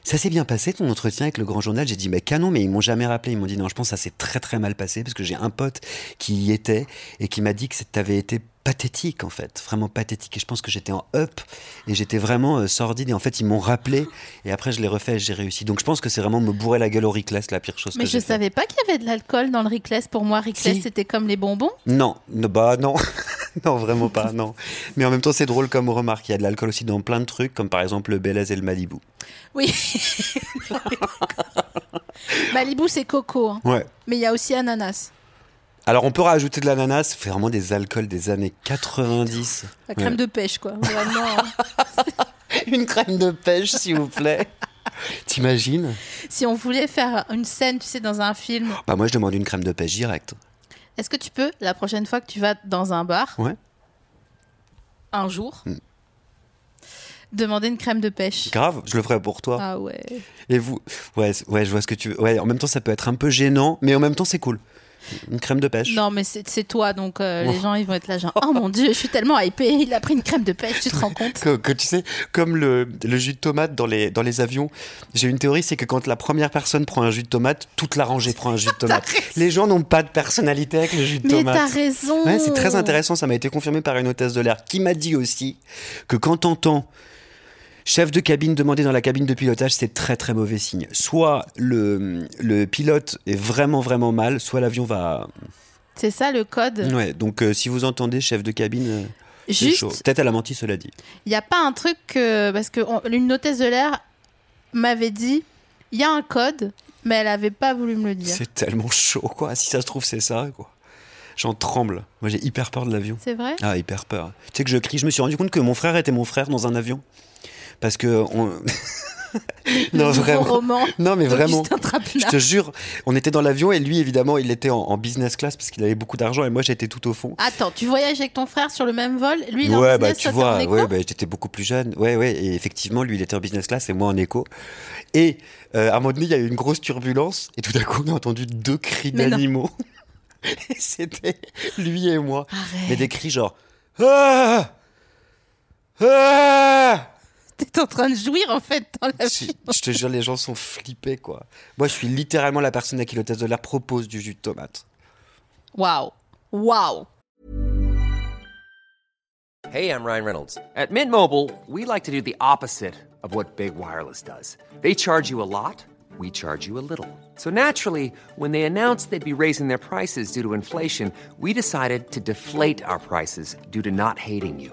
C: ça s'est bien passé ton entretien avec le Grand Journal J'ai dit Mais canon, mais ils m'ont jamais rappelé. Ils m'ont dit Non, je pense que ça s'est très très mal passé parce que j'ai un pote qui y était et qui m'a dit que t'avais été pathétique en fait, vraiment pathétique. Et je pense que j'étais en up et j'étais vraiment euh, sordide. Et en fait, ils m'ont rappelé et après, je l'ai refait et j'ai réussi. Donc je pense que c'est vraiment me bourrer la gueule au Rickless la pire chose
B: Mais
C: que
B: je
C: j'ai fait.
B: savais pas qu'il y avait de l'alcool dans le Ricless. Pour moi, Ricless
C: Si.
B: c'était comme les bonbons.
C: Non, ne- bah non. non, vraiment pas, non. Mais en même temps, c'est drôle comme remarque. Il y a de l'alcool aussi dans plein de trucs, comme par exemple le Belize et le Malibu.
B: Oui. Malibu c'est coco, hein.
C: Ouais.
B: mais il y a aussi ananas.
C: Alors on peut rajouter de l'ananas, c'est vraiment des alcools des années 90.
B: La crème
C: Ouais.
B: de pêche quoi. Vraiment. hein.
C: Une crème de pêche s'il vous plaît. T'imagines
B: si on voulait faire une scène, tu sais, dans un film,
C: Bah moi je demande une crème de pêche directe.
B: est-ce que tu peux la prochaine fois que tu vas dans un bar,
C: Ouais. Hmm.
B: un jour, demander une crème de pêche
C: Grave, je le ferai pour toi.
B: Ah ouais.
C: Et vous Ouais, c'est- ouais, je vois ce que tu veux. Ouais, en même temps ça peut être un peu gênant, mais en même temps c'est cool. Une crème de pêche.
B: Non, mais c'est c'est toi, donc euh, les
C: Oh.
B: gens, ils vont être là, genre, oh mon dieu, je suis tellement hypée, il a pris une crème de pêche, tu te rends compte
C: Que, que tu sais, comme le, le jus de tomate dans les, dans les avions, j'ai une théorie, c'est que quand la première personne prend un jus de tomate, toute la rangée prend un jus de tomate. Les gens n'ont pas de personnalité avec le jus de
B: Mais t'as
C: tomate.
B: raison.
C: Ouais, c'est très intéressant, ça m'a été confirmé par une hôtesse de l'air qui m'a dit aussi que quand t'entends chef de cabine demandé dans la cabine de pilotage, c'est très très mauvais signe. Soit le, le pilote est vraiment vraiment mal, soit l'avion va...
B: C'est ça le code.
C: Ouais, donc euh, si vous entendez chef de cabine... euh, c'est chaud.
B: Juste,
C: Peut-être elle a menti, cela dit.
B: il n'y a pas un truc que. Parce que on- une hôtesse de l'air m'avait dit, il y a un code, mais elle n'avait pas voulu me le dire.
C: C'est tellement chaud, quoi. Si ça se trouve, c'est ça, quoi. J'en tremble. Moi, j'ai hyper peur de l'avion.
B: C'est vrai
C: Ah, hyper peur. Tu sais que je crie. Je me suis rendu compte que mon frère était mon frère dans un avion. Parce que. On... non,
B: Le nouveau
C: vraiment.
B: roman.
C: Non, mais vraiment.
B: d'Augustin
C: Je
B: Trapenard.
C: te jure, on était dans l'avion et lui, évidemment, il était en, en business class parce qu'il avait beaucoup d'argent et moi, j'étais tout au fond.
B: Attends, tu voyages avec ton frère sur le même vol Lui, il est en
C: ouais,
B: business,
C: bah
B: toi, t'es
C: tu
B: en
C: vois,
B: éco
C: ouais, bah, j'étais beaucoup plus jeune. Ouais, ouais, et effectivement, lui, il était en business class et moi en écho. Et euh, à un moment donné, il y a eu une grosse turbulence et tout d'un coup, on a entendu deux cris
B: Mais non.
C: d'animaux. et c'était lui et moi. Mais
B: Arrête,
C: des cris genre. Ah Ah
B: t'es en train de jouir en fait dans la
C: je,
B: vie.
C: je te jure, les gens sont flippés, quoi. Moi, je suis littéralement la personne à qui l'hôtesse de l'air propose du jus de tomate.
B: Waouh, waouh.
D: Hey, I'm Ryan Reynolds. At Mint Mobile, we like to do the opposite of what Big Wireless does. They charge you a lot, we charge you a little. So naturally, when they announced they'd be raising their prices due to inflation, we decided to deflate our prices due to not hating you.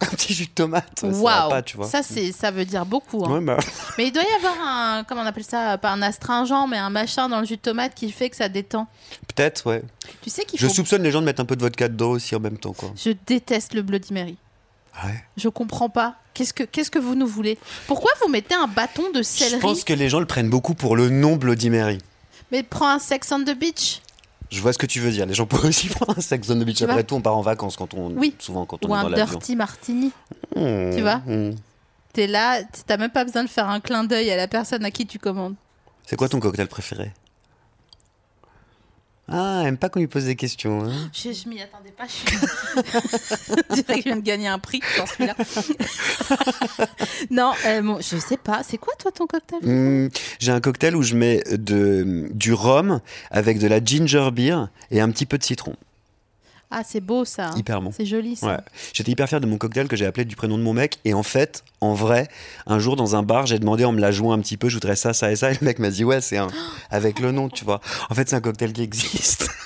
C: Un petit jus de tomate, Bah, ça va
B: Waouh.
C: pas, tu vois.
B: Ça, c'est, ça veut dire beaucoup. hein.
C: Ouais, bah,
B: Mais il doit y avoir un, comment on appelle ça, pas un astringent, mais un machin dans le jus de tomate qui fait que ça détend.
C: Peut-être, ouais.
B: Tu sais qu'il
C: Je
B: faut.
C: soupçonne les gens de mettre un peu de vodka dedans aussi en même temps, quoi.
B: Je déteste le Bloody Mary.
C: Ah Ouais.
B: Je comprends pas. Qu'est-ce que, qu'est-ce que vous nous voulez Pourquoi vous mettez un bâton de
C: Je
B: céleri
C: pense que les gens le prennent beaucoup pour le nom Bloody Mary.
B: Mais prends un sex on the beach
C: Je vois ce que tu veux dire. Les gens pourraient aussi prendre un sex on the beach.
B: Tu vois
C: Après tout, on part en vacances quand on,
B: Oui.
C: souvent quand on
B: ou
C: est
B: un
C: dans l'avion.
B: dirty martini.
C: Mmh,
B: Tu vois
C: mmh.
B: T'es là, t- t'as même pas besoin de faire un clin d'œil à la personne à qui tu commandes.
C: C'est quoi ton cocktail préféré Ah, elle aime pas qu'on lui pose des questions. hein.
B: Je, je m'y attendais pas. Je, suis... je dirais que je viens de gagner un prix pour celui-là. non, euh, bon, je sais pas. C'est quoi toi ton cocktail
C: Mmh, J'ai un cocktail où je mets de, du rhum avec de la ginger beer et un petit peu de citron.
B: Ah, c'est beau ça. hein.
C: Hyper bon.
B: C'est joli ça.
C: Ouais. J'étais hyper fier de mon cocktail que j'ai appelé du prénom de mon mec. Et en fait, en vrai, un jour dans un bar, j'ai demandé, on me l'a joint un petit peu, je voudrais ça, ça et ça. Et le mec m'a dit, ouais, c'est un. Avec le nom, tu vois. En fait, c'est un cocktail qui existe.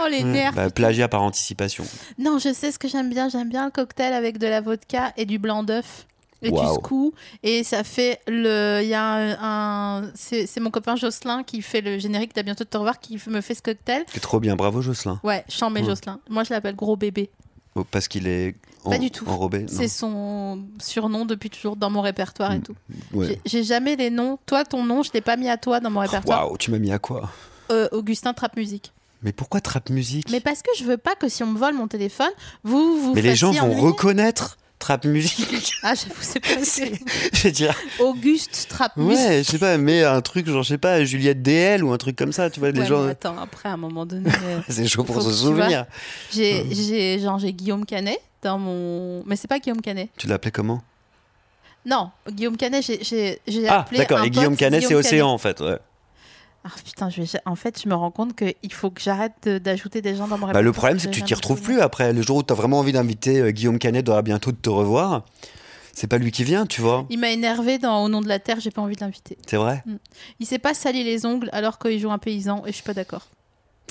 B: Oh les nerfs.
C: Bah, plagiat par anticipation.
B: Non, je sais ce que j'aime bien. J'aime bien le cocktail avec de la vodka et du blanc d'œuf. Et du
C: Waouh.
B: scoop. Et ça fait le. Il y a un. un- C'est c'est mon copain Jocelyn qui fait le générique d'À bientôt de te revoir qui me fait ce cocktail.
C: C'est trop bien. Bravo, Jocelyn.
B: Ouais, chambé
C: Mm.
B: mets Jocelyn. Moi, je l'appelle Gros Bébé.
C: Oh, parce qu'il est en-
B: Pas du tout.
C: enrobé. non. Mm.
B: C'est son surnom depuis toujours dans mon répertoire et tout. J'ai-
C: Ouais.
B: J'ai jamais les noms. Toi, ton nom, je l'ai pas mis à toi dans mon répertoire.
C: Waouh, tu m'as mis à quoi
B: Euh, Augustin Trappe Musique.
C: Mais pourquoi Trap Musique
B: Mais parce que je veux pas que si on me vole mon téléphone, vous vous.
C: Mais les gens
B: fassiez
C: vont
B: ennuyer.
C: reconnaître Trap Musique.
B: Ah, j'avoue, c'est pas.
C: C'est- je veux dire,
B: Auguste Trappe Musique.
C: ouais, je sais pas, mais un truc genre, je sais pas, Juliette DL ou un truc comme ça, tu vois, les
B: Ouais,
C: gens.
B: mais attends, après, à un moment donné, euh,
C: C'est chaud pour
B: Faut
C: se
B: que tu
C: souvenir.
B: j'ai, j'ai, genre, j'ai Guillaume Canet dans mon. Mais c'est pas Guillaume Canet.
C: Tu l'appelais comment
B: Non, Guillaume Canet, j'ai, j'ai, j'ai
C: Ah,
B: appelé.
C: d'accord.
B: un
C: Et Guillaume
B: pote
C: Canet, c'est
B: Guillaume
C: Océan, en fait. ouais.
B: Ah putain, je vais- en fait, je me rends compte qu'il faut que j'arrête de- d'ajouter des gens dans mon
C: Bah,
B: répertoire.
C: le problème, c'est que
B: j'ai
C: tu t'y
B: jamais
C: retrouves
B: trouvé.
C: plus après. Le jour où tu as vraiment envie d'inviter euh, Guillaume Canet, doit bientôt de te revoir. C'est pas lui qui vient, tu vois.
B: Il m'a énervé dans Au nom de la terre, j'ai pas envie de l'inviter.
C: C'est vrai.
B: Il sait pas salir les ongles alors qu'il joue un paysan et je suis pas d'accord.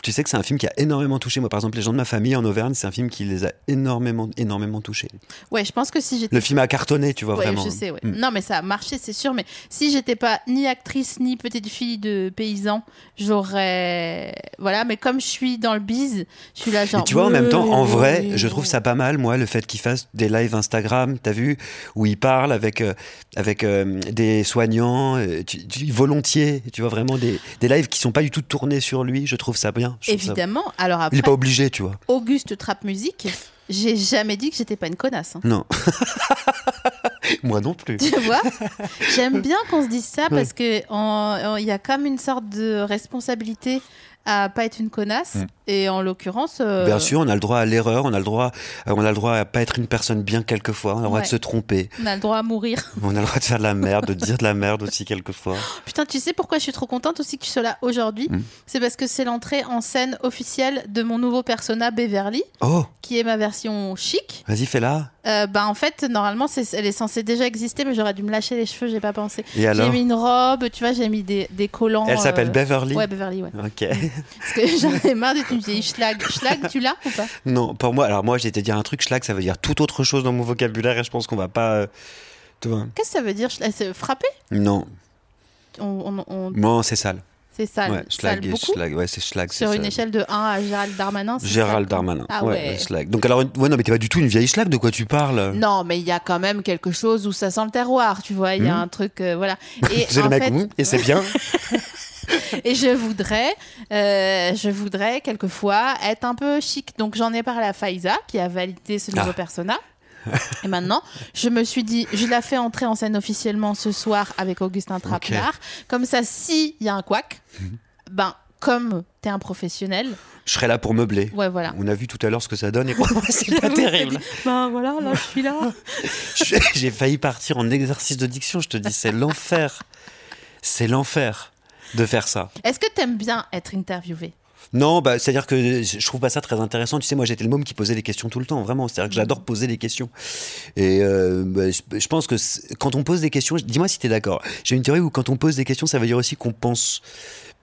C: Tu sais que c'est un film qui a énormément touché. Moi, par exemple, les gens de ma famille en Auvergne, c'est un film qui les a énormément, énormément touchés.
B: Ouais, je pense que si j'étais
C: Le film a cartonné, tu vois,
B: Ouais,
C: vraiment.
B: je sais, ouais.
C: Mm.
B: Non, mais ça a marché, c'est sûr. Mais si j'étais pas ni actrice ni petite fille de paysan, j'aurais. Voilà, mais comme je suis dans le bise, je suis là genre.
C: Et tu vois, en même temps, en
B: Ouais.
C: vrai, je trouve ça pas mal, moi, le fait qu'il fasse des lives Instagram, t'as vu, où il parle avec, euh, avec euh, des soignants, euh, tu- tu- volontiers, tu vois, vraiment des, des lives qui sont pas du tout tournés sur lui, je trouve ça bien. je trouve ça-
B: Évidemment. Alors
C: Il
B: après,
C: est pas obligé, tu vois.
B: Auguste Trap Musique, j'ai jamais dit que j'étais pas une connasse. hein.
C: Non. moi non plus.
B: Tu vois J'aime bien qu'on se dise ça parce que en- en- il y a comme une sorte de responsabilité à pas être une connasse. Et en l'occurrence. euh,
C: Mm. Bien sûr, on a le droit à l'erreur, on a le droit, euh, on a le droit à pas être une personne bien quelquefois, on a le droit
B: Ouais.
C: de se tromper,
B: On a le droit à mourir.
C: on a le droit de faire de la merde, de dire de la merde aussi quelquefois.
B: Putain, tu sais pourquoi je suis trop contente aussi que tu sois là aujourd'hui
C: Hmm.
B: C'est parce que c'est l'entrée en scène officielle de mon nouveau persona Beverly,
C: Oh,
B: qui est ma version chic.
C: vas-y, fais-la.
B: Euh, bah en fait, normalement, c'est- elle est censée déjà exister, mais j'aurais dû me lâcher les cheveux, j'ai pas pensé.
C: Et alors
B: J'ai mis une robe, tu vois, j'ai mis des, des collants.
C: Elle s'appelle
B: euh,
C: Beverly.
B: Ouais, Beverly, ouais.
C: Ok.
B: Parce que j'en ai marre d'être une vieille schlag. Schlag, tu l'as ou pas
C: Non, pour moi, alors moi, j'ai été dire un truc, schlag, ça veut dire tout autre chose dans mon vocabulaire et je pense qu'on va pas. euh, tu vois.
B: Qu'est-ce que ça veut dire schlag C'est frapper
C: Non,
B: on, on- on-
C: non, c'est sale.
B: C'est sale.
C: ouais,
B: sale
C: schlag, et
B: beaucoup
C: schlag, ouais, c'est schlag. c'est
B: Sur une
C: sale.
B: échelle de 1 à Gérald Darmanin. c'est
C: Gérald
B: ça
C: Darmanin.
B: Ah ouais.
C: schlag. Donc alors, ouais, non, mais t'es pas du tout une vieille schlag, de quoi tu parles
B: Non, mais il y a quand même quelque chose où ça sent le terroir, tu vois. Il
C: Hmm.
B: y a un truc, euh, voilà. Et
C: C'est
B: en
C: le mec,
B: fait, euh,
C: mm, et c'est bien.
B: et je voudrais, euh, je voudrais quelquefois être un peu chic. Donc j'en ai parlé à Faiza qui a validé ce nouveau
C: Ah.
B: persona. Et maintenant, je me suis dit, je la fais entrer en scène officiellement ce soir avec Augustin Trapenard. Comme ça, si il y a un couac,
C: Hmm.
B: ben comme t'es un professionnel,
C: Je serai là pour meubler.
B: ouais voilà.
C: On a vu tout à l'heure ce que ça donne et c'est pas
B: J'avoue, je t'ai
C: terrible.
B: dit, Ben voilà, là je suis là.
C: Je- J'ai failli partir en exercice de diction, je te dis, c'est l'enfer. C'est l'enfer de faire ça.
B: Est-ce que t'aimes bien être interviewé
C: Non, bah, c'est-à-dire que je trouve pas ça très intéressant. Tu sais, moi j'étais le môme qui posait les questions tout le temps, vraiment. C'est-à-dire que j'adore poser des questions. Et euh, bah, je, je pense que c'est- quand on pose des questions, dis-moi si t'es d'accord. J'ai une théorie où quand on pose des questions, ça veut dire aussi qu'on pense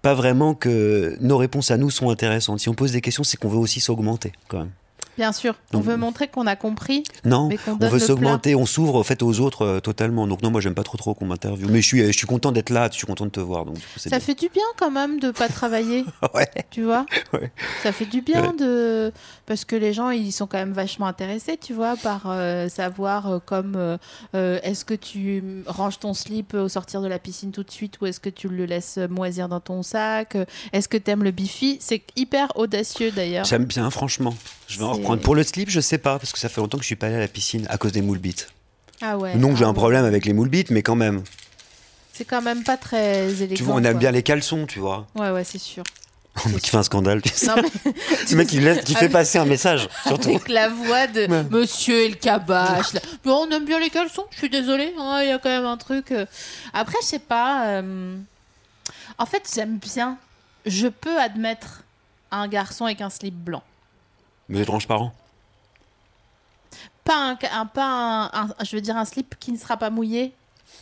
C: pas vraiment que nos réponses à nous sont intéressantes. Si on pose des questions, c'est qu'on veut aussi s'augmenter quand même.
B: Bien sûr, on
C: Donc-
B: veut montrer qu'on a compris
C: Non,
B: Mais qu'on
C: on
B: donne
C: veut
B: le
C: s'augmenter, on s'ouvre en fait aux autres euh, totalement. Donc non, moi j'aime pas trop trop qu'on m'interviewe, mais je suis euh, je suis content d'être là, je suis content de te voir. Donc du coup, c'est
B: Ça
C: bien.
B: fait du bien quand même de pas travailler,
C: Ouais.
B: tu vois.
C: Ouais.
B: Ça fait du bien de parce que les gens ils sont quand même vachement intéressés, tu vois, par euh, savoir euh, comme euh, euh, est-ce que tu ranges ton slip au sortir de la piscine tout de suite ou est-ce que tu le laisses moisir dans ton sac, euh, est-ce que t'aimes le bifi, c'est hyper audacieux d'ailleurs.
C: J'aime bien, franchement. Je vais en
B: C'est-
C: reprendre. Pour le slip, je sais pas, parce que ça fait longtemps que je suis pas allé à la piscine à cause des moules bites.
B: Ah ouais.
C: non, que j'ai
B: Ah
C: un
B: ouais.
C: problème avec les moules bites, mais quand même.
B: C'est quand même pas très élégant.
C: Tu vois, on aime
B: quoi.
C: bien les caleçons, tu vois.
B: Ouais ouais, c'est sûr.
C: qui fait un scandale, tu sais.
B: Non mais
C: Ce mec, il, laisse- qui fait
B: Avec-
C: passer un message, surtout.
B: Avec la voix de Monsieur El Kabash. là. Bon, on aime bien les caleçons, je suis désolée. hein, Il y a quand même un truc. euh. Après, je sais pas. euh, En fait, j'aime bien. Je peux admettre un garçon avec un slip blanc.
C: Mais c'est transparent.
B: Pas un, ca- un- pas un, un- je veux dire un slip qui ne sera pas mouillé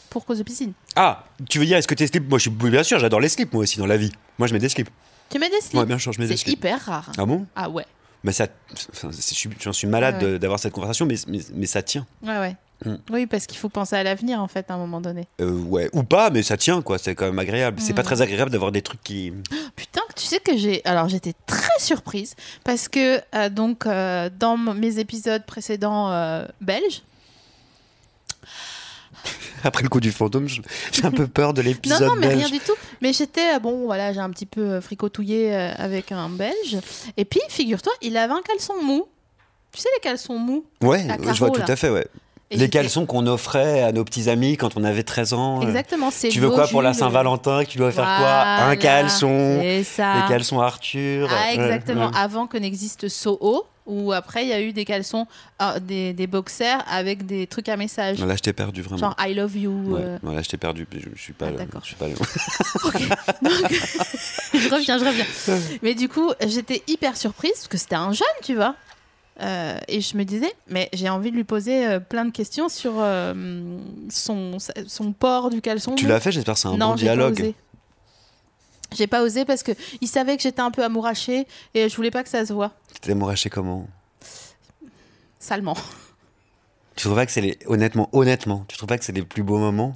B: pour cause de piscine.
C: Ah, tu veux dire, est-ce que tes slips Moi, je suis bien sûr, j'adore les slips, moi aussi, dans la vie. Moi, je mets des slips.
B: Tu mets des slips
C: Ouais, bien sûr, je mets des
B: C'est
C: slips.
B: hyper rare. hein.
C: Ah bon
B: Ah ouais.
C: Mais ça. enfin, c'est- je suis- J'en suis malade
B: Ouais, ouais.
C: de- d'avoir cette conversation, mais, mais, mais ça tient.
B: Ouais, Ah ouais.
C: Mm.
B: Oui, parce qu'il faut penser à l'avenir en fait à un moment donné.
C: Euh, ouais, ou pas, mais ça tient, quoi. C'est quand même
B: Mm.
C: agréable. C'est pas très agréable d'avoir des trucs qui.
B: Putain, tu sais que j'ai. Alors, j'étais très surprise parce que, euh, donc, euh, dans m- mes épisodes précédents euh, belges.
C: Après le coup du fantôme, je- j'ai un peu peur de
B: Non,
C: l'épisode.
B: non, mais
C: belge.
B: rien du tout. Mais j'étais, euh, bon, voilà, j'ai un petit peu euh, fricotouillé euh, avec un belge. Et puis, figure-toi, il avait un caleçon mou. Tu sais, les caleçons mous.
C: Ouais,
B: La
C: je vois
B: Caro,
C: tout
B: là.
C: à fait, ouais.
B: Et
C: les
B: j'étais-
C: caleçons qu'on offrait à nos petits amis quand on avait 13 ans. euh,
B: Exactement, c'est
C: Tu veux
B: beau
C: quoi pour la
B: Jules.
C: Saint-Valentin Tu dois faire quoi Un
B: Voilà,
C: caleçon. Les
B: C'est ça.
C: caleçons Arthur.
B: Ah,
C: Ouais,
B: exactement.
C: ouais.
B: Avant que n'existe Soho, où après, il y a eu des caleçons, ah, des, des boxers avec des trucs à message.
C: Non, Là, je t'ai perdu vraiment.
B: Genre, I love you.
C: Ouais.
B: euh,
C: Non, là, je t'ai perdu. Je, je suis pas.
B: Ah,
C: le-
B: d'accord.
C: je suis pas le-
B: je reviens, je reviens. Mais du coup, j'étais hyper surprise parce que c'était un jeune, tu vois. Euh, et je me disais, mais j'ai envie de lui poser euh, plein de questions sur euh, son, son port du caleçon.
C: tu l'as fait J'espère que c'est un
B: Non,
C: bon
B: j'ai pas
C: dialogue.
B: osé. J'ai pas osé parce que il savait que j'étais un peu amourachée et je voulais pas que ça se voit.
C: Tu t'es amouraché comment
B: Salement.
C: Tu trouves pas que c'est les. Honnêtement, honnêtement, tu trouves pas que c'est les plus beaux moments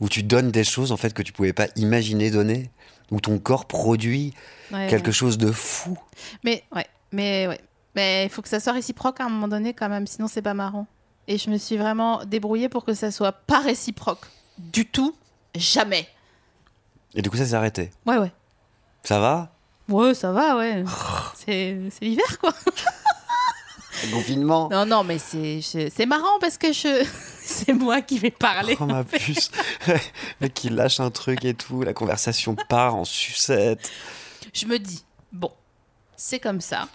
C: où tu donnes des choses en fait que tu pouvais pas imaginer donner Où ton corps produit
B: Ouais,
C: quelque chose de fou
B: Mais ouais, mais ouais. Mais il faut que ça soit réciproque à un moment donné quand même, sinon c'est pas marrant. Et je me suis vraiment débrouillée pour que ça soit pas réciproque du tout, jamais.
C: Et du coup, ça s'est arrêté.
B: Ouais, ouais.
C: Ça va
B: Ouais, ça va, ouais. C'est c'est l'hiver, quoi.
C: Le Confinement
B: Non, non, mais c'est je- c'est marrant parce que je c'est moi qui vais parler.
C: Oh ma puce Le mec qui lâche un truc et tout, la conversation part en sucette.
B: Je me dis, bon, c'est comme ça,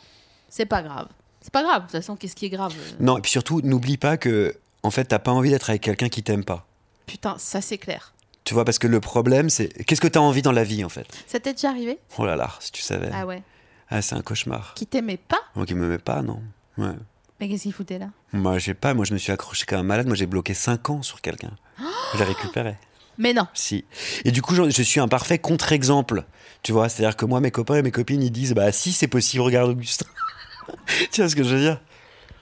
B: c'est pas grave. C'est pas grave, de toute façon, qu'est-ce qui est grave euh,
C: Non, et puis surtout, n'oublie pas que, en fait, t'as pas envie d'être avec quelqu'un qui t'aime pas.
B: Putain, ça c'est clair.
C: Tu vois, parce que le problème, c'est qu'est-ce que t'as envie dans la vie, en fait
B: Ça t'est déjà arrivé
C: Oh là là, si tu savais.
B: Ah ouais.
C: Ah, c'est un cauchemar.
B: Qui t'aimait pas
C: Moi qui me mets pas, non. Ouais.
B: Mais qu'est-ce qu'il foutait là
C: Moi, j'ai pas. Moi, je me suis accroché comme un malade. Moi, j'ai bloqué 5 ans sur quelqu'un. Je l'ai récupéré.
B: Mais non.
C: Si. Et du coup, j'en- je suis un parfait contre-exemple. Tu vois, c'est-à-dire que moi, mes copains et mes copines, ils disent Bah, si, c'est possible, regarde Augustin. tu vois ce que je veux dire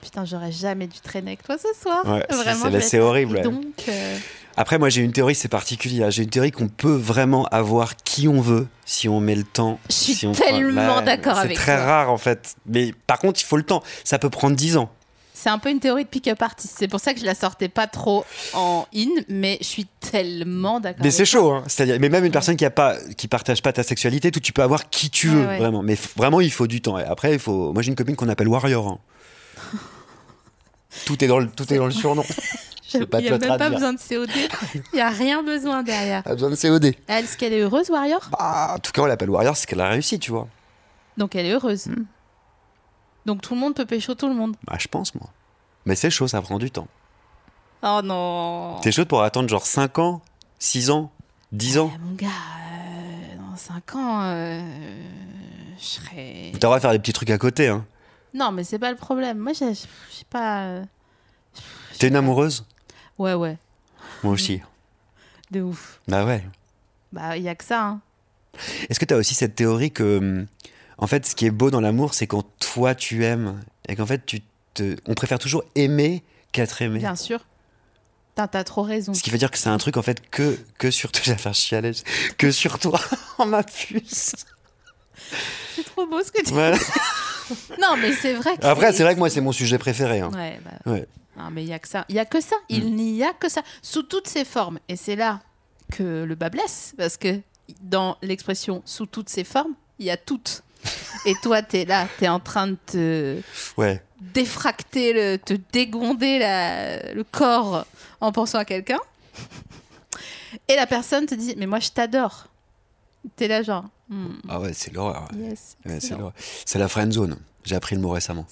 B: Putain, j'aurais jamais dû traîner avec toi ce soir.
C: Ouais, c'est-
B: Vraiment.
C: c'est-
B: je vais
C: c'est
B: être-
C: horrible,
B: Et
C: ouais.
B: Donc, euh,
C: Après, moi, j'ai une théorie, c'est particulier. hein. J'ai une théorie qu'on peut vraiment avoir qui on veut si on met le temps.
B: Je suis
C: si on
B: tellement
C: Ouais,
B: d'accord avec
C: C'est très
B: toi.
C: rare, en fait. Mais par contre, il faut le temps. Ça peut prendre 10 ans.
B: c'est un peu une théorie de pick-up artist. C'est pour ça que je la sortais pas trop en in, mais je suis tellement d'accord.
C: Mais
B: avec
C: c'est chaud, hein. C'est-à-dire, mais même une personne qui a pas, qui partage pas ta sexualité, tout, tu peux avoir qui tu
B: Ouais,
C: veux,
B: ouais.
C: vraiment. Mais f- vraiment, il faut du temps. Et après, il faut. Moi, j'ai une copine qu'on appelle Warrior. hein. tout est dans le, tout est dans le surnom.
B: toi.
C: peux pas
B: Il n'y
C: te
B: a
C: le
B: même pas
C: traduire.
B: besoin de COD. Il n'y a rien besoin derrière.
C: Pas besoin de COD.
B: Elle, Est-ce qu'elle est heureuse, Warrior
C: Bah, en tout cas, on l'appelle Warrior, c'est qu'elle a réussi, tu vois.
B: Donc elle est heureuse. Donc tout le monde peut pécho tout le monde.
C: Bah, je pense, moi. Mais c'est chaud, ça prend du temps.
B: Oh non.
C: T'es chaud pour attendre genre 5 ans, 6 ans, 10 ans.
B: Eh, Mon gars, euh, dans 5 ans, euh, je serais.
C: T'auras à faire des petits trucs à côté, hein.
B: Non, mais c'est pas le problème. Moi, j'ai- je sais pas. euh,
C: T'es une amoureuse
B: Ouais, ouais,
C: Moi
B: Mm.
C: aussi.
B: de ouf.
C: Bah ouais.
B: Bah, il y a que ça. hein.
C: Est-ce que tu as aussi cette théorie que, hum, en fait, ce qui est beau dans l'amour, c'est quand toi tu aimes et qu'en fait, tu te... on préfère toujours aimer qu'être aimé.
B: Bien sûr. Putain, T'as trop raison.
C: Ce qui veut dire que c'est un truc en fait que que sur toi, je vais faire chialer, que sur toi, en ma puce.
B: C'est trop beau ce que tu
C: Voilà.
B: Non, mais c'est vrai. que
C: Après, c'est vrai que moi, c'est mon sujet préféré. hein.
B: Ouais, bah,
C: Ouais.
B: non, mais il y a que ça. Il y a que ça.
C: Mm.
B: Il n'y a que ça. Sous toutes ses formes. Et c'est là que le bas blesse. Parce que dans l'expression sous toutes ses formes, il y a toutes. Et toi, t'es là, t'es en train de te
C: ouais.
B: défracter, le, te dégonder la- le corps en pensant à quelqu'un. Et la personne te dit, mais moi je t'adore. T'es là genre, Hmm,
C: Ah ouais, c'est l'horreur. ouais.
B: yes.
C: Ouais, c'est
B: excellent.
C: l'horreur. c'est la friend zone. J'ai appris le mot récemment.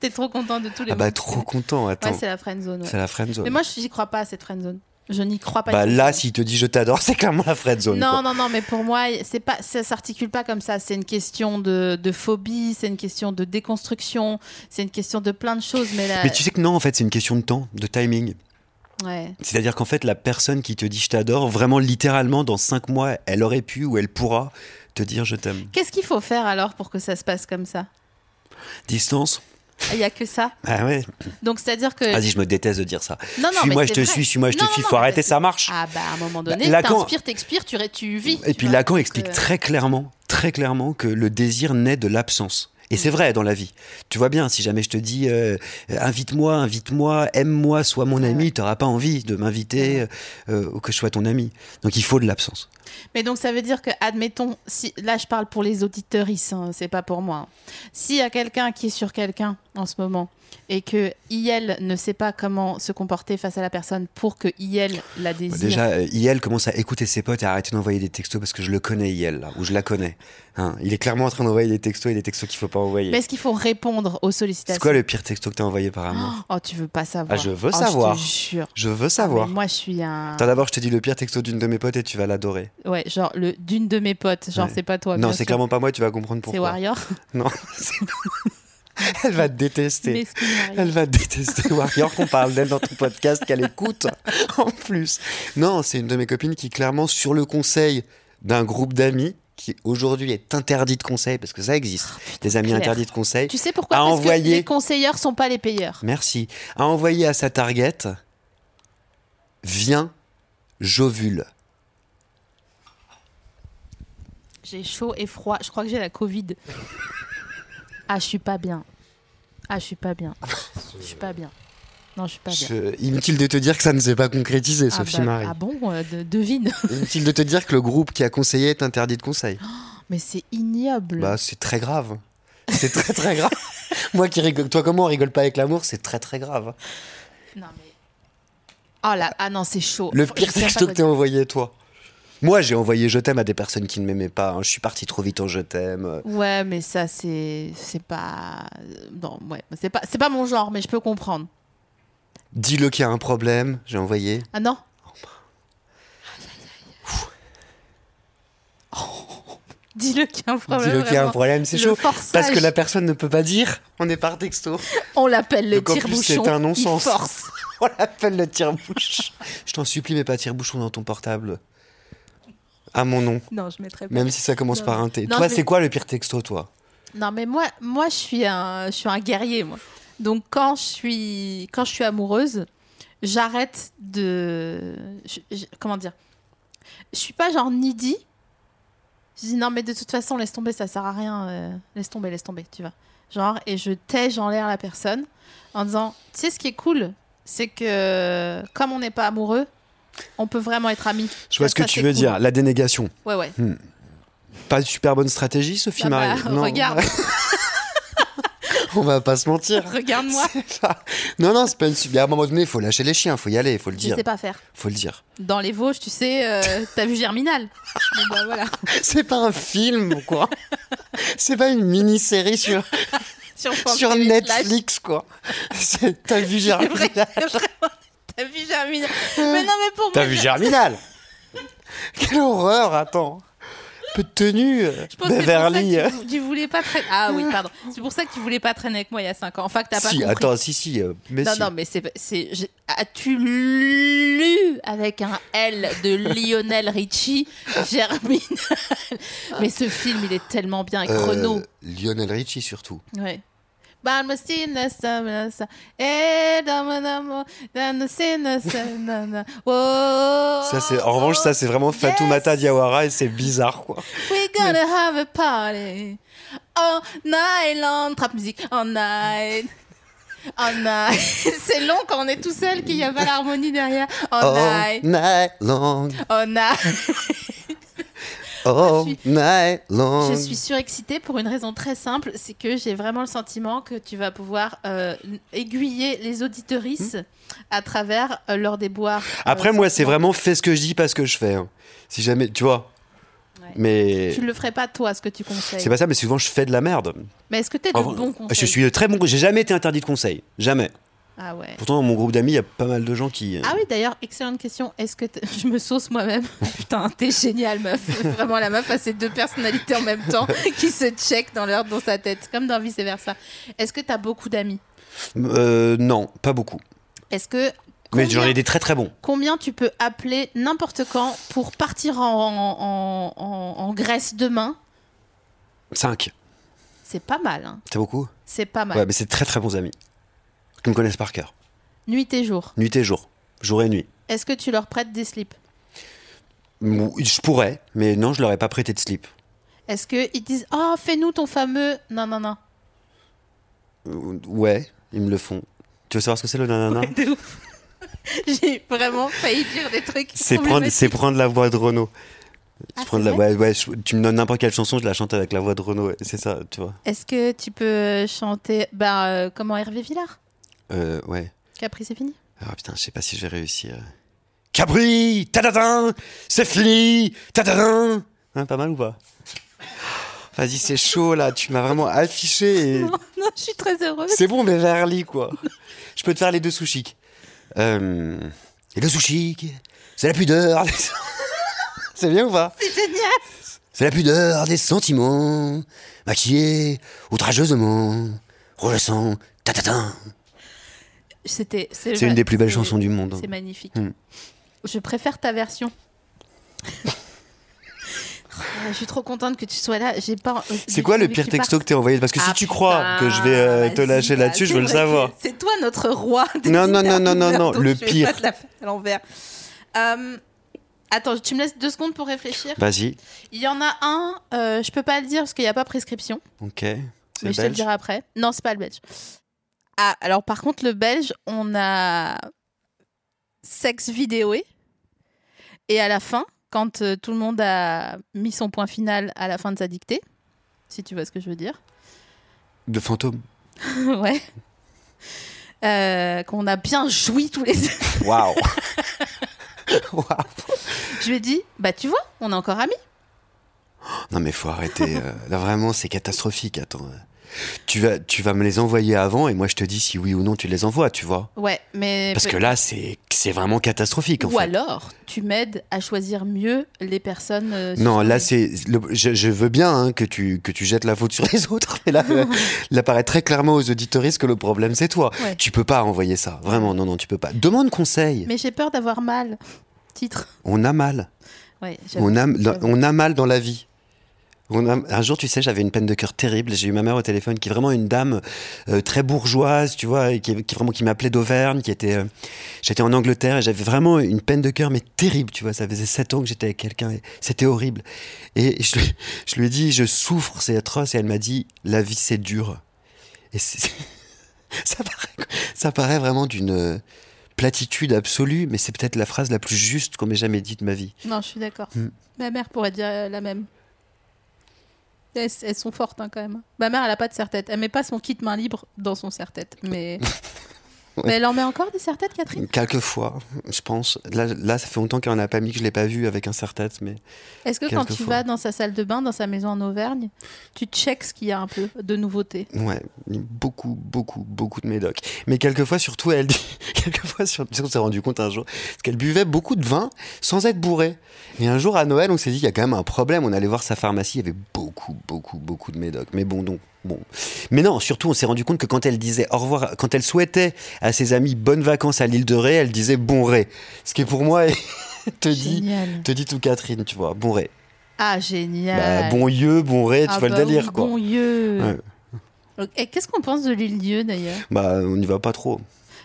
B: T'es trop content de tous les
C: Ah bah
B: mots.
C: trop content. Attends,
B: Ouais, c'est la friend zone.
C: c'est la friend
B: Mais
C: zone.
B: moi, j'y crois pas à cette friend zone. Je n'y crois pas.
C: Bah
B: du tout.
C: là, s'il te dit je t'adore, c'est clairement la friend zone.
B: non, non, non, mais pour moi, c'est pas, ça s'articule pas comme ça. C'est une question de, de phobie, c'est une question de déconstruction, c'est une question de plein de choses. Mais là,
C: Mais tu sais que non, en fait, c'est une question de temps, de timing.
B: ouais.
C: C'est-à-dire qu'en fait, la personne qui te dit je t'adore, vraiment littéralement, dans cinq mois, elle aurait pu ou elle pourra te dire je t'aime.
B: Qu'est-ce qu'il faut faire alors pour que ça se passe comme ça
C: Distance
B: Il y a que ça.
C: Ah ouais.
B: Donc c'est-à-dire que
C: Vas-y, je me déteste de dire ça.
B: Euh. Non, non,
C: suis-moi,
B: mais
C: je
B: c'est
C: te
B: vrai.
C: suis, suis-moi, je
B: Non,
C: te suis.
B: non,
C: Faut
B: non,
C: arrêter,
B: parce
C: ça
B: que-
C: marche.
B: Ah bah à un moment
C: Bah,
B: donné,
C: Lacan-
B: t'inspires, t'expires, tu, ré- tu vis.
C: Et
B: tu
C: puis
B: vois.
C: Lacan
B: Donc,
C: explique
B: euh,
C: très clairement, très clairement que le désir naît de l'absence. Et c'est vrai dans la vie. Tu vois bien, si jamais je te dis euh, euh, invite-moi, invite-moi, aime-moi, sois
B: Ah
C: mon ami, t'auras pas envie de m'inviter euh, euh, ou que je sois ton ami. Donc il faut de l'absence.
B: Mais donc ça veut dire que, admettons, si là je parle pour les auditeurs, c'est pas pour moi. hein. S'il y a quelqu'un qui est sur quelqu'un en ce moment et que IL ne sait pas comment se comporter face à la personne pour que IL la
C: Bah,
B: désire.
C: Déjà, euh, IL commence à écouter ses potes et à arrêter d'envoyer des textos parce que je le connais, IL, là, ou je la connais. Hein, il est clairement en train d'envoyer des textos et des textos qu'il faut pas envoyer.
B: Mais est-ce qu'il faut répondre aux sollicitations
C: C'est quoi le pire texto que t'as envoyé par amour
B: Oh, tu veux pas savoir.
C: Ah, je veux
B: Oh,
C: savoir.
B: Je te jure.
C: Je veux
B: Mais
C: savoir.
B: moi, hein. je suis un.
C: Attends, d'abord, je te dis le pire texto d'une de mes potes et tu vas l'adorer.
B: Ouais, genre le d'une de mes potes. Genre,
C: Ouais.
B: c'est pas toi. bien
C: non, c'est
B: sûr.
C: clairement pas moi, tu vas comprendre
B: C'est
C: pourquoi.
B: Warrior.
C: Non. c'est- Elle va te détester.
B: Mesquine Warrior.
C: Elle va détester Warrior qu'on parle d'elle dans ton podcast, qu'elle écoute en plus. Non, c'est une de mes copines qui, clairement, sur le conseil d'un groupe d'amis qui aujourd'hui est interdit de conseil parce que ça existe. Des
B: Ah,
C: amis
B: clair.
C: interdits de conseil.
B: Tu sais pourquoi
C: À
B: Parce que
C: envoyer-
B: les conseilleurs sont pas les payeurs.
C: Merci. A envoyé à sa target Viens, j'ovule.
B: J'ai chaud et froid. Je crois que j'ai la Covid. ah, je suis pas bien. Ah, je suis pas bien. Je suis pas bien. Non, je suis pas bien.
C: Je- Inutile de te dire que ça ne s'est pas concrétisé,
B: Ah,
C: Sophie
B: bah,
C: Marie.
B: ah bon, euh, de- devine.
C: Inutile de te dire que le groupe qui a conseillé est interdit de conseil.
B: Mais c'est ignoble.
C: Bah, c'est très grave. C'est très très grave. Moi qui rigole, toi comment on rigole pas avec l'amour, c'est très très grave.
B: Non, mais. Oh là, ah non, c'est chaud.
C: Le
B: Faut-
C: pire
B: je sais
C: texto que
B: pas
C: t'as
B: quoi
C: envoyé, toi. Moi, j'ai envoyé je t'aime à des personnes qui ne m'aimaient pas. hein. Je suis parti trop vite en je t'aime.
B: dire. Ouais, mais ça, c'est. C'est pas. euh, Non, ouais. C'est pas... c'est pas mon genre, mais je peux comprendre.
C: Dis-le qu'il y a un problème. J'ai envoyé.
B: Ah non Oh, Dis-le qu'il y a un problème.
C: Dis-le qu'il y a un
B: Oh, vraiment.
C: problème, c'est
B: Le
C: chaud.
B: forçage.
C: Parce que la personne ne peut pas dire. On est par texto.
B: On l'appelle le
C: Donc, en plus,
B: tire-bouchon.
C: c'est un non-sens.
B: Il force.
C: On l'appelle le tire-bouche. je t'en supplie, mais pas tire-bouchon dans ton portable. À mon nom.
B: Non, je mettrais pas.
C: Même si ça commence
B: Non,
C: par
B: mais-
C: un T.
B: non,
C: Toi,
B: mais-
C: c'est quoi le pire texto, toi
B: Non, mais moi, moi je, suis un, je suis un guerrier, moi. Donc, quand je suis, quand je suis amoureuse, j'arrête de. je- je- comment dire Je suis pas genre needy. Je dis non, mais de toute façon, laisse tomber, ça sert à rien. euh, laisse tomber, laisse tomber, tu vois. Genre, et je tège en l'air la personne en disant Tu sais, ce qui est cool, c'est que comme on n'est pas amoureux, on peut vraiment être amis.
C: Je vois
B: Ça,
C: ce que
B: ça,
C: tu
B: c'est
C: veux
B: cool.
C: dire. Mmh. La dénégation.
B: Ouais, ouais.
C: Pas une super bonne stratégie, Sophie
B: Ah bah,
C: Marie. Non.
B: regarde,
C: On va pas se mentir.
B: regarde-moi.
C: C'est pas- Non, non, c'est pas une Ah, super. À un moment donné, il faut lâcher les chiens, il faut y aller, il faut le
B: Je
C: dire.
B: sais pas faire.
C: faut le dire.
B: Dans les Vosges, tu sais, euh, t'as vu Germinal. Bon, bah, voilà.
C: C'est pas un film, quoi. c'est pas une mini-série sur,
B: Sur, France
C: sur
B: TV slash-
C: Netflix, quoi. C'est- T'as vu
B: C'est
C: Germinal
B: vrai, vraiment, T'as vu Germinal. Mais non, mais pour
C: T'as
B: moi,
C: vu Germinal Quelle horreur, attends. Peu de tenue, euh,
B: je pense que c'est pour ça que
C: Beverly.
B: tu vou- tu voulais pas traîner. Ah oui, pardon. C'est pour ça que tu voulais pas traîner avec moi il y a 5 ans. Enfin, que t'as pas
C: Si,
B: compris.
C: attends, si, si. euh, mais
B: non,
C: si.
B: non, mais c'est. c'est- j'ai- As-tu lu avec un L de Lionel Richie, Germinal Mais ce film, il est tellement bien.
C: Ah. Euh,
B: Chrono.
C: Lionel Richie, surtout.
B: Ouais. Ça
C: Ça, c'est,
B: Oh,
C: en revanche, ça, c'est vraiment Fatoumata Diawara et c'est bizarre, quoi.
B: We're gonna have a party all night long. Trap musique all night. All night. C'est long quand on est tout seul qu'il n'y a pas l'harmonie derrière. All
C: All
B: night.
C: Oh, night long,
B: All night.
C: all
B: Ah, Je suis-
C: night long.
B: Je suis surexcitée pour une raison très simple, c'est que j'ai vraiment le sentiment que tu vas pouvoir euh, aiguiller les auditorices à travers euh, leur déboire. euh,
C: Hmm. Après, moi, c'est
B: sentiment.
C: vraiment fais ce que je dis, pas ce que je fais. hein. Si jamais, tu vois.
B: Ouais.
C: Mais
B: Tu le ferais pas toi, ce que tu conseilles.
C: c'est pas ça, mais souvent, je fais de la merde.
B: Mais est-ce que t'es de
C: En vrai,
B: bons conseils
C: Je suis de très bon. J'ai jamais été interdit de conseil. Jamais.
B: Ah ouais.
C: Pourtant, dans mon groupe d'amis, il y a pas mal de gens qui. euh,
B: Ah oui, d'ailleurs, excellente question. Est-ce que t'es- je me sauce moi-même Putain, t'es géniale, meuf. Vraiment, la meuf a ses deux personnalités en même temps qui se checkent dans leur dans sa tête, comme dans vice versa. Est-ce que t'as beaucoup d'amis
C: Euh, non, pas beaucoup.
B: Est-ce que
C: Mais
B: combien-
C: j'en ai des très très bons.
B: Combien tu peux appeler n'importe quand pour partir en, en- en- en Grèce demain
C: Cinq.
B: C'est pas mal. hein.
C: C'est beaucoup
B: C'est pas mal.
C: Ouais, mais c'est très très bons amis. Qui me connaissent par cœur.
B: Nuit et jour.
C: Nuit et jour. Jour et nuit.
B: Est-ce que tu leur prêtes des slips
C: Ou- Je pourrais, mais non, je leur ai pas prêté de slip.
B: Est-ce qu'ils disent Oh, fais-nous ton fameux. Non, non, non.
C: Euh, Ouais, ils me le font. Tu veux savoir ce que c'est le nanana
B: De ouf. J'ai vraiment failli dire des trucs.
C: C'est prendre, c'est prendre la voix de Renaud.
B: Ah,
C: Tu prends de
B: c'est
C: la- ouais, ouais, je- tu me donnes n'importe quelle chanson, je la chante avec la voix de Renaud. ouais, C'est ça, tu vois.
B: Est-ce que tu peux chanter bah, euh, comment Hervé Villard
C: Euh, ouais.
B: Capri, c'est fini
C: Ah putain, je sais pas si je vais réussir. Capri, tadadin, c'est fini, tadadin. Hein, pas mal ou pas Vas-y, c'est chaud là, tu m'as vraiment affiché. et-
B: Non, non, je suis très heureuse.
C: C'est bon, mais Verly, quoi. Je peux te faire les deux sous chics. Euh, les deux sous chics, c'est la pudeur. des- c'est bien ou pas
B: C'est génial
C: C'est la pudeur des sentiments, maquillés outrageusement, rejessant, tatatin.
B: C'était,
C: C'est une des plus belles chansons du monde.
B: C'est magnifique.
C: Hmm.
B: Je préfère ta version. Oh, je suis trop contente que tu sois là. J'ai pas.
C: C'est quoi le pire texto que t'es envoyé Parce que si
B: Ah,
C: tu crois
B: putain,
C: que je vais euh, te
B: vas-y,
C: lâcher
B: bah,
C: là-dessus, je
B: c'est
C: veux le
B: vrai
C: savoir.
B: que C'est toi notre roi. des
C: Non, non, non, non, non,
B: intervieweurs,
C: non,
B: donc
C: le
B: je vais
C: pire.
B: pas te la faire à l'envers. Euh, attends, tu me laisses deux secondes pour réfléchir.
C: Vas-y.
B: Il y en a un, euh, je peux pas le dire parce qu'il n'y a pas prescription,
C: Ok. C'est
B: mais je te le
C: belge.
B: dirai après. Non, c'est pas le belge. Ah, alors par contre, le belge, on a sexe vidéoé. Et à la fin, quand euh, tout le monde a mis son point final à la fin de sa dictée, si tu vois ce que je veux dire.
C: De fantôme.
B: ouais. Euh, qu'on a bien joui tous les deux.
C: Waouh.
B: Je lui ai dit, bah tu vois, on est encore amis.
C: Non mais faut arrêter. euh, Là vraiment c'est catastrophique. Attends. euh. Tu vas, tu vas me les envoyer avant et moi je te dis si oui ou non tu les envoies, tu vois.
B: Ouais, mais.
C: Parce que là c'est, c'est vraiment catastrophique en
B: Ou
C: fait.
B: alors, tu m'aides à choisir mieux les personnes. euh,
C: Non,
B: sur-
C: là c'est, le- je, je veux bien hein, que tu que tu jettes la faute sur les autres, mais là, euh, là paraît très clairement aux auditoristes que le problème c'est toi.
B: Ouais.
C: Tu peux pas envoyer ça, vraiment. Non, non, tu peux pas. Demande conseil.
B: Mais j'ai peur d'avoir mal. Titre.
C: On a mal.
B: Ouais, j'avoue,
C: On a, dans-
B: j'avoue.
C: on a mal dans la vie. On a- un jour, tu sais, j'avais une peine de cœur terrible. J'ai eu ma mère au téléphone, qui est vraiment une dame euh, très bourgeoise, tu vois, et qui, qui vraiment qui m'appelait d'Auvergne, qui était. euh, j'étais en Angleterre et j'avais vraiment une peine de cœur, mais terrible, tu vois. Ça faisait sept ans que j'étais avec quelqu'un, et c'était horrible. Et je, lui- je lui ai dit, je souffre, c'est atroce, et elle m'a dit, la vie c'est dur. Et c'est- ça paraît, ça paraît vraiment d'une euh, platitude absolue, mais c'est peut-être la phrase la plus juste qu'on m'ait jamais dite de ma vie.
B: Non, je suis d'accord.
C: Mm.
B: Ma mère pourrait dire euh, la même. Elles, elles sont fortes hein, quand même. Ma mère, elle a pas de serre-tête. Elle met pas son kit main libre dans son serre-tête. Mais... mais elle en met encore des serre-têtes,
C: Mm.
B: Catherine
C: Quelquefois, je pense. Là, là, ça fait longtemps qu'on n'a pas mis, que je l'ai pas vu avec un serre-tête, mais
B: Est-ce que quand tu
C: Quelquefois.
B: vas dans sa salle de bain, dans sa maison en Auvergne, tu checks ce qu'il y a un peu de nouveauté
C: ouais, beaucoup, beaucoup, beaucoup de médocs. Mais quelquefois, surtout, elle dit, quelquefois, surtout, on s'est rendu compte un jour, parce qu'elle buvait beaucoup de vin sans être bourrée. Et un jour, à Noël, on s'est dit, il y a quand même un problème. On allait voir sa pharmacie, il y avait beaucoup, beaucoup, beaucoup de médocs. Mais bon, donc, bon. Mais non, surtout, on s'est rendu compte que quand elle disait au revoir, quand elle souhaitait à ses amis bonnes vacances à l'île de Ré, elle disait bon Ré. Ce qui, pour moi, te dit,
B: Génial.
C: te dit tout Catherine, tu vois, bon Ré.
B: Ah,
C: Bah,
B: génial.
C: bon lieu, bon ré, tu
B: Ah
C: vois
B: bah
C: le délire
B: oui,
C: quoi.
B: Bon lieu.
C: Ouais.
B: Donc, Et qu'est-ce qu'on pense de l'île Dieu d'ailleurs
C: Bah on n'y va pas trop.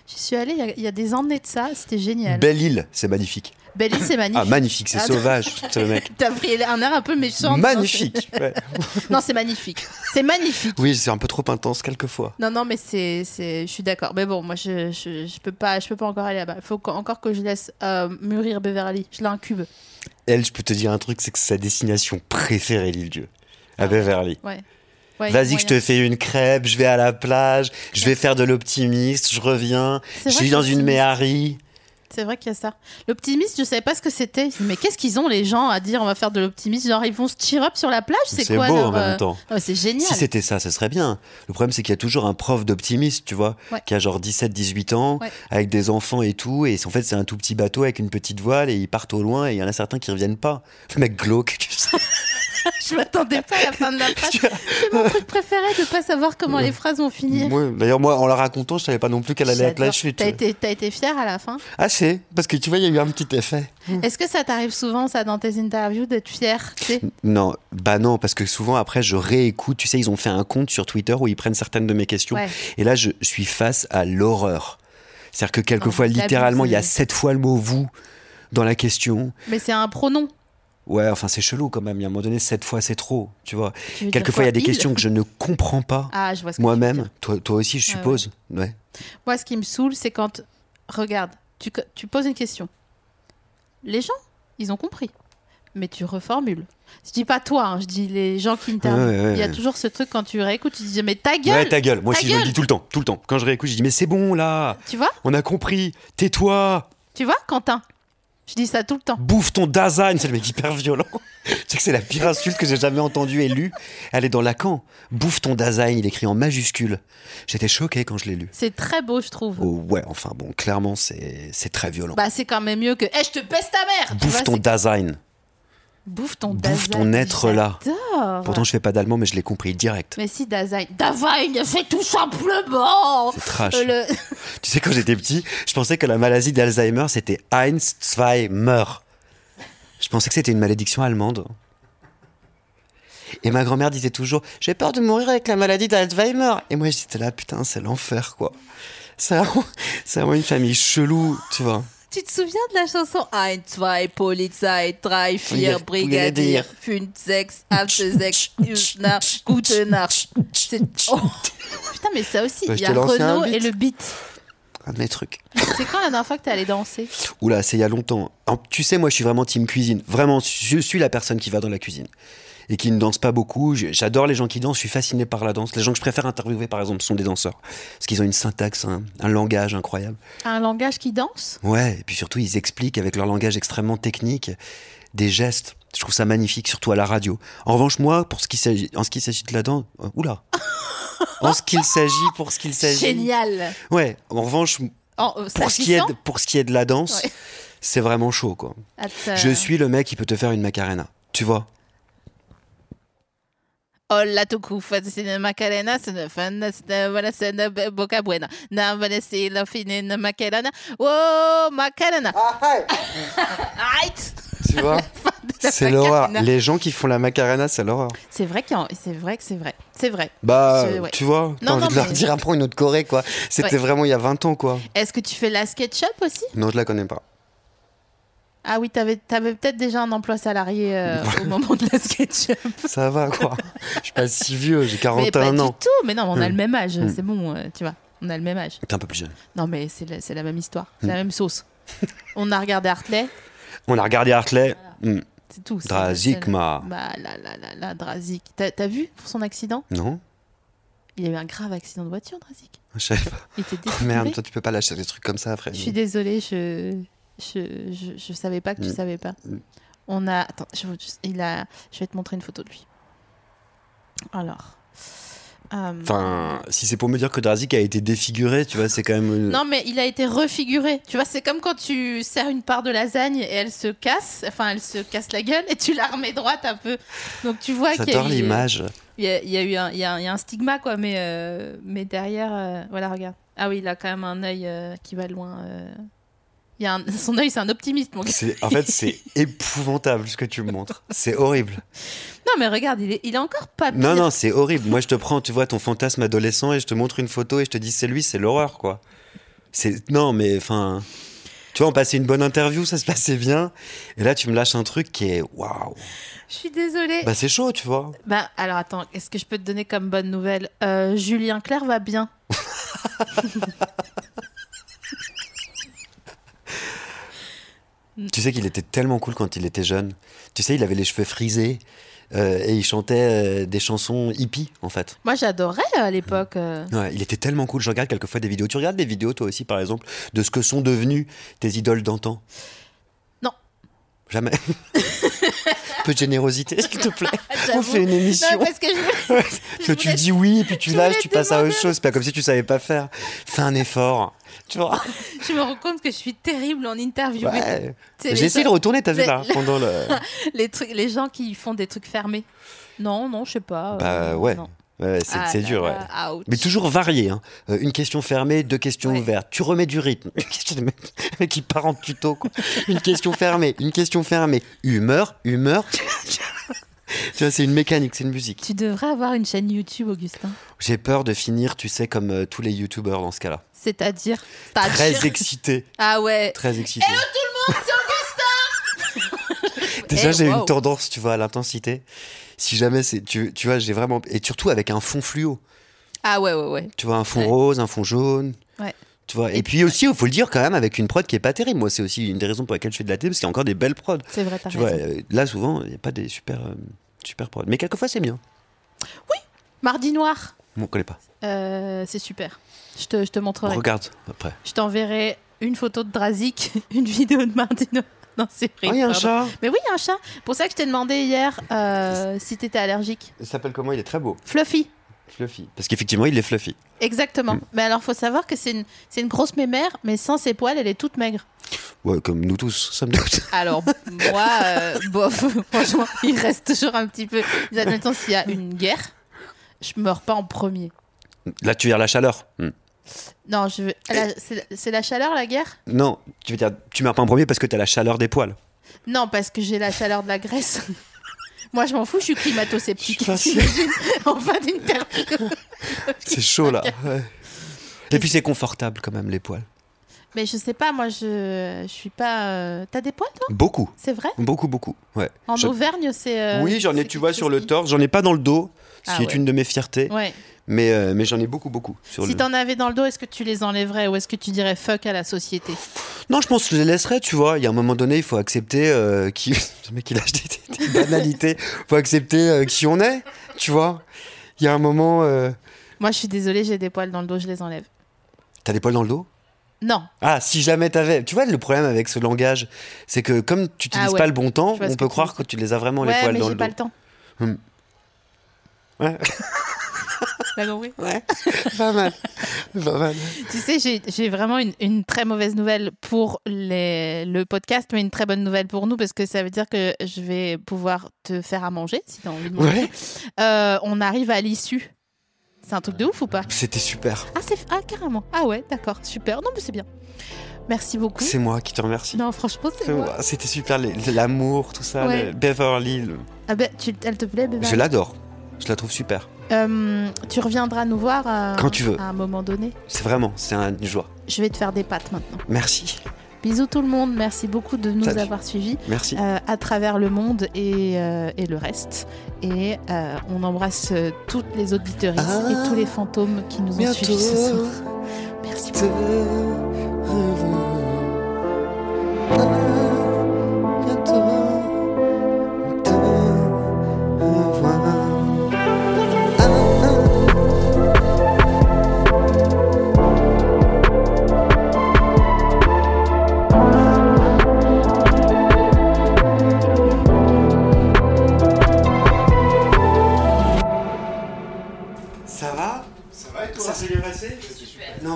B: J'y suis allée il y a- il y, a des années de ça, c'était génial.
C: Belle île, c'est magnifique.
B: Belle île, c'est magnifique.
C: Ah magnifique, c'est
B: Ah,
C: sauvage, c'est le mec.
B: T'as pris un air un peu méchant. Non,
C: Magnifique. ouais.
B: c'est- Non, c'est magnifique. C'est magnifique.
C: Oui, c'est un peu trop intense quelquefois.
B: Non, non, mais c'est, c'est- je suis d'accord. Mais bon, moi, je, je, je peux pas, je peux pas encore aller là-bas. Il faut qu'en- encore que je laisse euh, mûrir Beverly. Je l'incube.
C: Elle, je peux te dire un truc, c'est que c'est sa destination préférée, l'île Dieu, à Beverly.
B: Ouais. Ah. Ouais,
C: Vas-y que je te
B: moyen.
C: fais une crêpe, je vais à la plage, je vais faire de l'optimiste, je reviens,
B: C'est vrai
C: je suis
B: que
C: dans une
B: l'optimiste-
C: méhari.
B: C'est vrai qu'il y a ça. L'optimiste, je savais pas ce que c'était. Je me dis, Mais qu'est-ce qu'ils ont les gens à dire On va faire de l'optimiste. Genre ils vont se cheer up sur la plage. C'est,
C: C'est
B: quoi
C: beau
B: leur,
C: en même
B: euh,
C: temps.
B: Ah, c'est génial.
C: Si c'était ça, ce serait bien. Le problème, c'est qu'il y a toujours un prof d'optimiste, tu vois,
B: Ouais.
C: qui a genre 17, 18 ans,
B: Ouais.
C: avec des enfants et tout. Et en fait, c'est un tout petit bateau avec une petite voile et ils partent au loin et il y en a certains qui reviennent pas. Le mec glauque, tu sais.
B: Je m'attendais pas à la fin de la phrase.
C: Tu vois.
B: C'est mon truc préféré de pas savoir comment les phrases vont finir.
C: Ouais. D'ailleurs, moi, en la racontant, je savais pas non plus qu'elle allait être la
B: J'adore.
C: chute.
B: T'as été, t'as été fière à la fin.
C: Ah, c'est Parce que tu vois, il y a eu un petit effet.
B: Est-ce que ça t'arrive souvent, ça, dans tes interviews, d'être fière tu sais
C: Non, bah non, parce que souvent après je réécoute. Tu sais, ils ont fait un compte sur Twitter où ils prennent certaines de mes questions.
B: Ouais.
C: Et là, je suis face à l'horreur. C'est-à-dire que quelquefois,
B: Non, t'abuses.
C: littéralement, il y a sept fois le mot vous dans la question.
B: Mais c'est un pronom.
C: Ouais, enfin, c'est chelou quand même. Il y a un moment donné, sept fois, c'est trop, tu vois.
B: Tu veux dire
C: Quelquefois, il y a
B: quoi,
C: des
B: il
C: questions que je ne comprends pas
B: Ah, je vois ce que tu veux dire. Ah,
C: moi-même. Toi, toi aussi, je
B: Ouais,
C: suppose. Ouais.
B: Moi, ce qui me saoule, c'est quand. Regarde, tu, co- tu poses une question. Les gens, ils ont compris. Mais tu reformules. Je dis pas toi, hein, je dis les gens qui interviewent.
C: Ouais, ouais, ouais,
B: il y a
C: ouais.
B: toujours ce truc quand tu réécoutes, tu dis mais ta gueule
C: Ouais, ta gueule. Moi
B: Ta
C: aussi, je me le
B: gueule
C: dis tout le temps, tout le temps. Quand je réécoute, je dis, mais c'est bon, là.
B: Tu vois
C: On a compris. Tais-toi.
B: Tu vois, Quentin Je dis ça tout le temps.
C: Bouffe ton Dasein. C'est le mec hyper violent. tu sais que c'est la pire insulte que j'ai jamais entendue et lue. Elle est dans Lacan. Bouffe ton Dasein. Il est écrit en majuscule. J'étais choqué quand je l'ai lu.
B: C'est très beau, je trouve.
C: Oh, ouais, enfin, bon, clairement, c'est c'est très violent.
B: Bah, c'est quand même mieux que. Eh, je te pèse ta mère Tu vois,
C: Bouffe ton
B: c'est-
C: Dasein.
B: Bouffe ton
C: bouffe
B: Dasein.
C: ton être là.
B: J'adore.
C: Pourtant, je fais pas d'allemand, mais je l'ai compris direct.
B: Mais si, Dasein. Dasein, c'est tout simplement
C: C'est trash.
B: Euh, le-
C: Tu sais, quand j'étais petit, je pensais que la maladie d'Alzheimer, c'était Einzweimer. Je pensais que c'était une malédiction allemande. Et ma grand-mère disait toujours J'ai peur de mourir avec la maladie d'Alzheimer. Et moi, j'étais là, putain, c'est l'enfer, quoi. C'est vraiment, c'est vraiment une famille chelou, tu vois.
E: Tu te souviens de la chanson 1, 2, Polizei, 3, 4,
C: Brigadier,
E: Brigadier,
C: Brigadier.
E: 5, 6, after 6, Hüsner, Gute Nacht. C'est- Oh.
B: Putain, mais ça aussi,
C: Bah,
B: il
C: je
B: y
C: te
B: a
C: lance un
B: Renault
C: beat.
B: et le beat.
C: Un de mes trucs.
B: C'est quand la dernière fois que t'es allé danser
C: Oula, c'est il y a longtemps. En- tu sais, moi, je suis vraiment team cuisine. Vraiment, je suis la personne qui va dans la cuisine et qui ne danse pas beaucoup. Je- J'adore les gens qui dansent. Je suis fasciné par la danse. Les gens que je préfère interviewer, par exemple, sont des danseurs parce qu'ils ont une syntaxe, un, un langage incroyable.
B: Un langage qui danse
C: Ouais. Et puis surtout, ils expliquent avec leur langage extrêmement technique des gestes. Je trouve ça magnifique, surtout à la radio. En revanche, moi, pour ce qui s'agit, en ce qui s'agit de la danse, euh, oula. En ce qu'il s'agit, pour ce qu'il s'agit.
B: Génial
C: Ouais. En revanche,
B: En- euh,
C: pour ce qui est, de-
B: s'agissant,
C: pour ce qui est de la danse,
B: Ouais.
C: c'est vraiment chaud, quoi.
B: à te-
C: Je suis le mec qui peut te faire une macarena. Tu vois
B: Hola tu cufa, c'est une macarena, c'est une fan, c'est une- voilà, c'est une be- boca buena. Non, voilà, c'est la fine, une macarena. Oh, macarena. Arrête
C: Tu vois C'est l'horreur. Les gens qui font la macarena, c'est l'horreur.
B: C'est vrai qu'il y en- c'est vrai que c'est vrai. C'est vrai.
C: Bah,
B: C'est- ouais.
C: tu vois, t'as
B: Non,
C: envie
B: non,
C: de leur
B: mais-
C: dire apprends une autre Corée, quoi. C'était
B: Ouais.
C: vraiment il y a 20 ans, quoi.
B: Est-ce que tu fais la SketchUp aussi
C: Non, je la connais pas.
B: Ah oui, t'avais avais, peut-être déjà un emploi salarié euh, au moment de la SketchUp.
C: Ça va, quoi. je suis pas si vieux, j'ai
B: Mais pas
C: 41
B: du
C: ans.
B: tout. Mais non,
C: Hmm.
B: on a le même âge. C'est bon, euh, tu vois. On a le même âge.
C: T'es un peu plus jeune.
B: Non, mais c'est la, c'est la même histoire.
C: Hmm.
B: C'est la même sauce. on a regardé Hartley.
C: On a regardé Hartley. Hmm.
B: C'est tout. c'est-
C: Drazik,
B: c'est-
C: ma.
B: Bah là là là là, Drazik. T'as t'as vu pour son accident
C: Non
B: Il y a eu un grave accident de voiture, Drazik.
C: Je savais pas.
B: Il était
C: Oh,
B: défoncé.
C: merde, toi, tu peux pas lâcher des trucs comme ça après.
B: Je suis désolée, je je, je je savais pas que tu
C: Mm.
B: savais pas.
C: Mm.
B: On a attends, je, vous- il a je vais te montrer une photo de lui. Alors. euh,
C: Enfin, si c'est pour me dire que Drazik a été défiguré, tu vois, c'est quand même. euh,
B: Non mais il a été refiguré. Tu vois, c'est comme quand tu sers une part de lasagne et elle se casse, enfin elle se casse la gueule et tu la remets droite un peu. Donc tu vois qu'il y a
C: J'adore
B: eu-
C: l'image.
B: Il y a, il y a eu un, il y a un- il y a un stigma quoi, mais euh, mais derrière, euh, voilà regarde. Ah oui, il a quand même un œil euh, qui va loin. euh. Il y a un- son œil, c'est un optimiste mon gars.
C: C'est- En fait, c'est épouvantable ce que tu me montres. C'est horrible.
B: Non, mais regarde, il est, il est encore pas Ah, pire.
C: Non, non, c'est horrible. Moi, je te prends, tu vois, ton fantasme adolescent et je te montre une photo et je te dis, c'est lui, c'est l'horreur, quoi. C'est non, mais enfin, tu vois, on passait une bonne interview, ça se passait bien, et là, tu me lâches un truc qui est waouh.
B: Je suis désolée. Bah,
C: Bah, c'est chaud, tu vois.
B: alors attends, est-ce que je peux te donner comme bonne nouvelle Euh, Julien Clerc va bien.
C: Tu sais qu'il était tellement cool quand il était jeune. Tu sais, il avait les cheveux frisés euh, et il chantait euh, des chansons hippies, en fait.
B: Moi, j'adorais euh, à l'époque. euh.
C: Ouais, il était tellement cool. Je regarde quelquefois des vidéos. Tu regardes des vidéos, toi aussi, par exemple, de ce que sont devenues tes idoles d'antan
B: Non.
C: Jamais. Un peu de générosité, s'il te plaît. On
B: J'avoue.
C: fait une émission.
B: Non, parce que je-
C: que tu
B: voulais-
C: dis oui, puis tu
B: je
C: lâches,
B: voulais
C: tu passes à autre
B: demander-
C: chose. C'est pas comme si tu savais pas faire. Fais un effort. Tu vois
B: je me rends compte que je suis terrible en interview.
C: Ouais.
B: Tu sais,
C: J'ai
B: les
C: essayé de
B: gens-
C: retourner, t'as vu
B: Mais
C: là,
B: là-
C: pendant le.
B: les, trucs, les gens qui font des trucs fermés. Non, non, je sais pas. euh,
C: Bah ouais.
B: non.
C: Ouais, c'est
B: Ah
C: c'est
B: là
C: dur, ouais.
B: là, ouch.
C: Mais toujours varié. hein. Euh, une question fermée, deux questions
B: Ouais.
C: ouvertes. Tu remets du rythme. Le mec- le mec qui part en tuto. quoi. Une question fermée, une question fermée. Humeur, humeur. tu vois, c'est une mécanique, c'est une musique.
B: Tu devrais avoir une chaîne YouTube, Augustin.
C: J'ai peur de finir, tu sais, comme euh, tous les youtubeurs dans ce cas-là.
B: C'est-à-dire.
C: Très excité,
B: Ah ouais.
C: très excité. Hello tout le monde, c'est Déjà,
B: Eh,
C: j'ai
B: wow.
C: une tendance, tu vois, à l'intensité. Si jamais c'est. Tu, tu vois, j'ai vraiment. Et surtout avec un fond fluo.
B: Ah ouais, ouais, ouais.
C: Tu vois, un fond
B: Ouais.
C: rose, un fond jaune.
B: Ouais.
C: Tu vois, et, puis aussi, il faut le dire quand même, avec une prod qui est pas terrible. Moi, c'est aussi une des raisons pour laquelle je fais de la télé, parce qu'il y a encore des belles prods.
B: C'est vrai, t'as
C: Tu
B: raison.
C: vois, euh, là, souvent, il n'y a pas des super, euh, super prods. Mais quelquefois, c'est bien.
B: Mardi Noir.
C: Bon, on connaît pas.
B: Euh, c'est super. Je te, je te
C: On
B: montrerai.
C: Regarde après.
B: Je t'enverrai une photo de Drazik, une vidéo de Martino. Non, c'est vrai.
C: Ah, il y a un
B: pardon.
C: chat.
B: Mais oui, il y a un chat. Pour ça que je t'ai demandé hier euh, si t'étais allergique.
C: Il s'appelle comment Il est très beau.
B: Fluffy.
C: Fluffy. Parce qu'effectivement, il est fluffy.
B: Exactement.
C: Mm.
B: Mais alors, faut savoir que c'est une, c'est une grosse mémère, mais sans ses poils, elle est toute maigre.
C: Ouais, comme nous tous, sommes tous.
B: Alors, moi, euh, bof, franchement, il reste toujours un petit peu. Mais Admettons, s'il y a une guerre, je meurs pas en premier.
C: Là, tu veux dire la chaleur. Hmm.
B: Non, je veux. la- c'est c'est la chaleur, la guerre
C: Non, tu veux dire, tu meurs pas en premier parce que tu as la chaleur des poils.
B: Non, parce que j'ai la chaleur de la Grèce. Moi, je m'en fous, je suis climato-sceptique.
C: Je suis
B: T'imagines En fin d'interview.
C: C'est chaud là. ouais. Et puis c'est confortable quand même les poils.
B: Mais je sais pas, moi, je, je suis pas. euh, T'as des poils, toi
C: Beaucoup,
B: C'est vrai
C: beaucoup, beaucoup. Ouais.
B: En
C: Je-
B: Auvergne, c'est. euh,
C: Oui, j'en ai,
B: c'est
C: tu vois,
B: quelque
C: sur
B: chose
C: le
B: qui-
C: torse. J'en ai pas dans le dos, ce qui
B: Ah
C: est
B: ouais.
C: une de mes fiertés.
B: Ouais.
C: Mais, euh, mais j'en ai beaucoup, beaucoup. Sur
B: Si
C: le...
B: t'en avais dans le dos, est-ce que tu les enlèverais ou est-ce que tu dirais fuck à la société
C: Non, je pense que je les laisserai, tu vois. Il y a un moment donné, il faut accepter euh, qui. Le mec, il lâche des, des- des banalités. faut accepter euh, qui on est, tu vois. Il y a un moment. euh,
B: Moi, je suis désolée, j'ai des poils dans le dos, je les enlève.
C: T'as des poils dans le dos
B: Non,
C: Ah, si jamais t'avais. Tu vois, le problème avec ce langage, c'est que comme tu n'utilises
B: Ah ouais.
C: pas le bon temps,
B: Je vois ce
C: on
B: que
C: peut
B: tu
C: croire
B: veux
C: que tu les as vraiment les
B: ouais,
C: poils
B: mais
C: dans
B: j'ai
C: le
B: pas
C: dos.
B: le temps.
C: Hmm. Ouais.
B: T'as compris
C: Ouais, pas mal. Pas mal.
B: Tu sais, j'ai- j'ai vraiment une, une très mauvaise nouvelle pour les- le podcast, mais une très bonne nouvelle pour nous parce que ça veut dire que je vais pouvoir te faire à manger si t'as envie de manger.
C: Ouais,
B: Euh, on arrive à l'issue. C'est un truc de ouf ou pas
C: c'était super.
B: Ah, c'est ah, carrément. Ah ouais, d'accord, super. Non, mais c'est bien. Merci beaucoup.
C: C'est moi qui te remercie.
B: Non, franchement, c'est
C: C'est
B: moi.
C: moi. C'était super, les- l'amour, tout ça,
B: Ouais.
C: le Beverly. le-
B: Ah ben, tu- elle te plaît, bébé
C: Je l'adore. Je la trouve super.
B: Euh, Tu reviendras nous voir à,
C: Quand tu veux.
B: à un moment donné.
C: C'est vraiment, c'est un- une joie.
B: Je vais te faire des pâtes maintenant.
C: Merci,
B: Bisous tout le monde. Merci beaucoup de nous
C: Salut.
B: avoir suivis
C: merci.
B: euh, à travers le monde et, euh, et le reste. Et euh, on embrasse euh, toutes les auditrices
C: Ah.
B: et tous les fantômes qui nous ont
C: Bientôt
B: suivis ce soir. Merci
C: te
B: beaucoup.
C: revoir. Ah, Bientôt te revoir. Ça va Ça va et toi Ça s'est bien passé Non,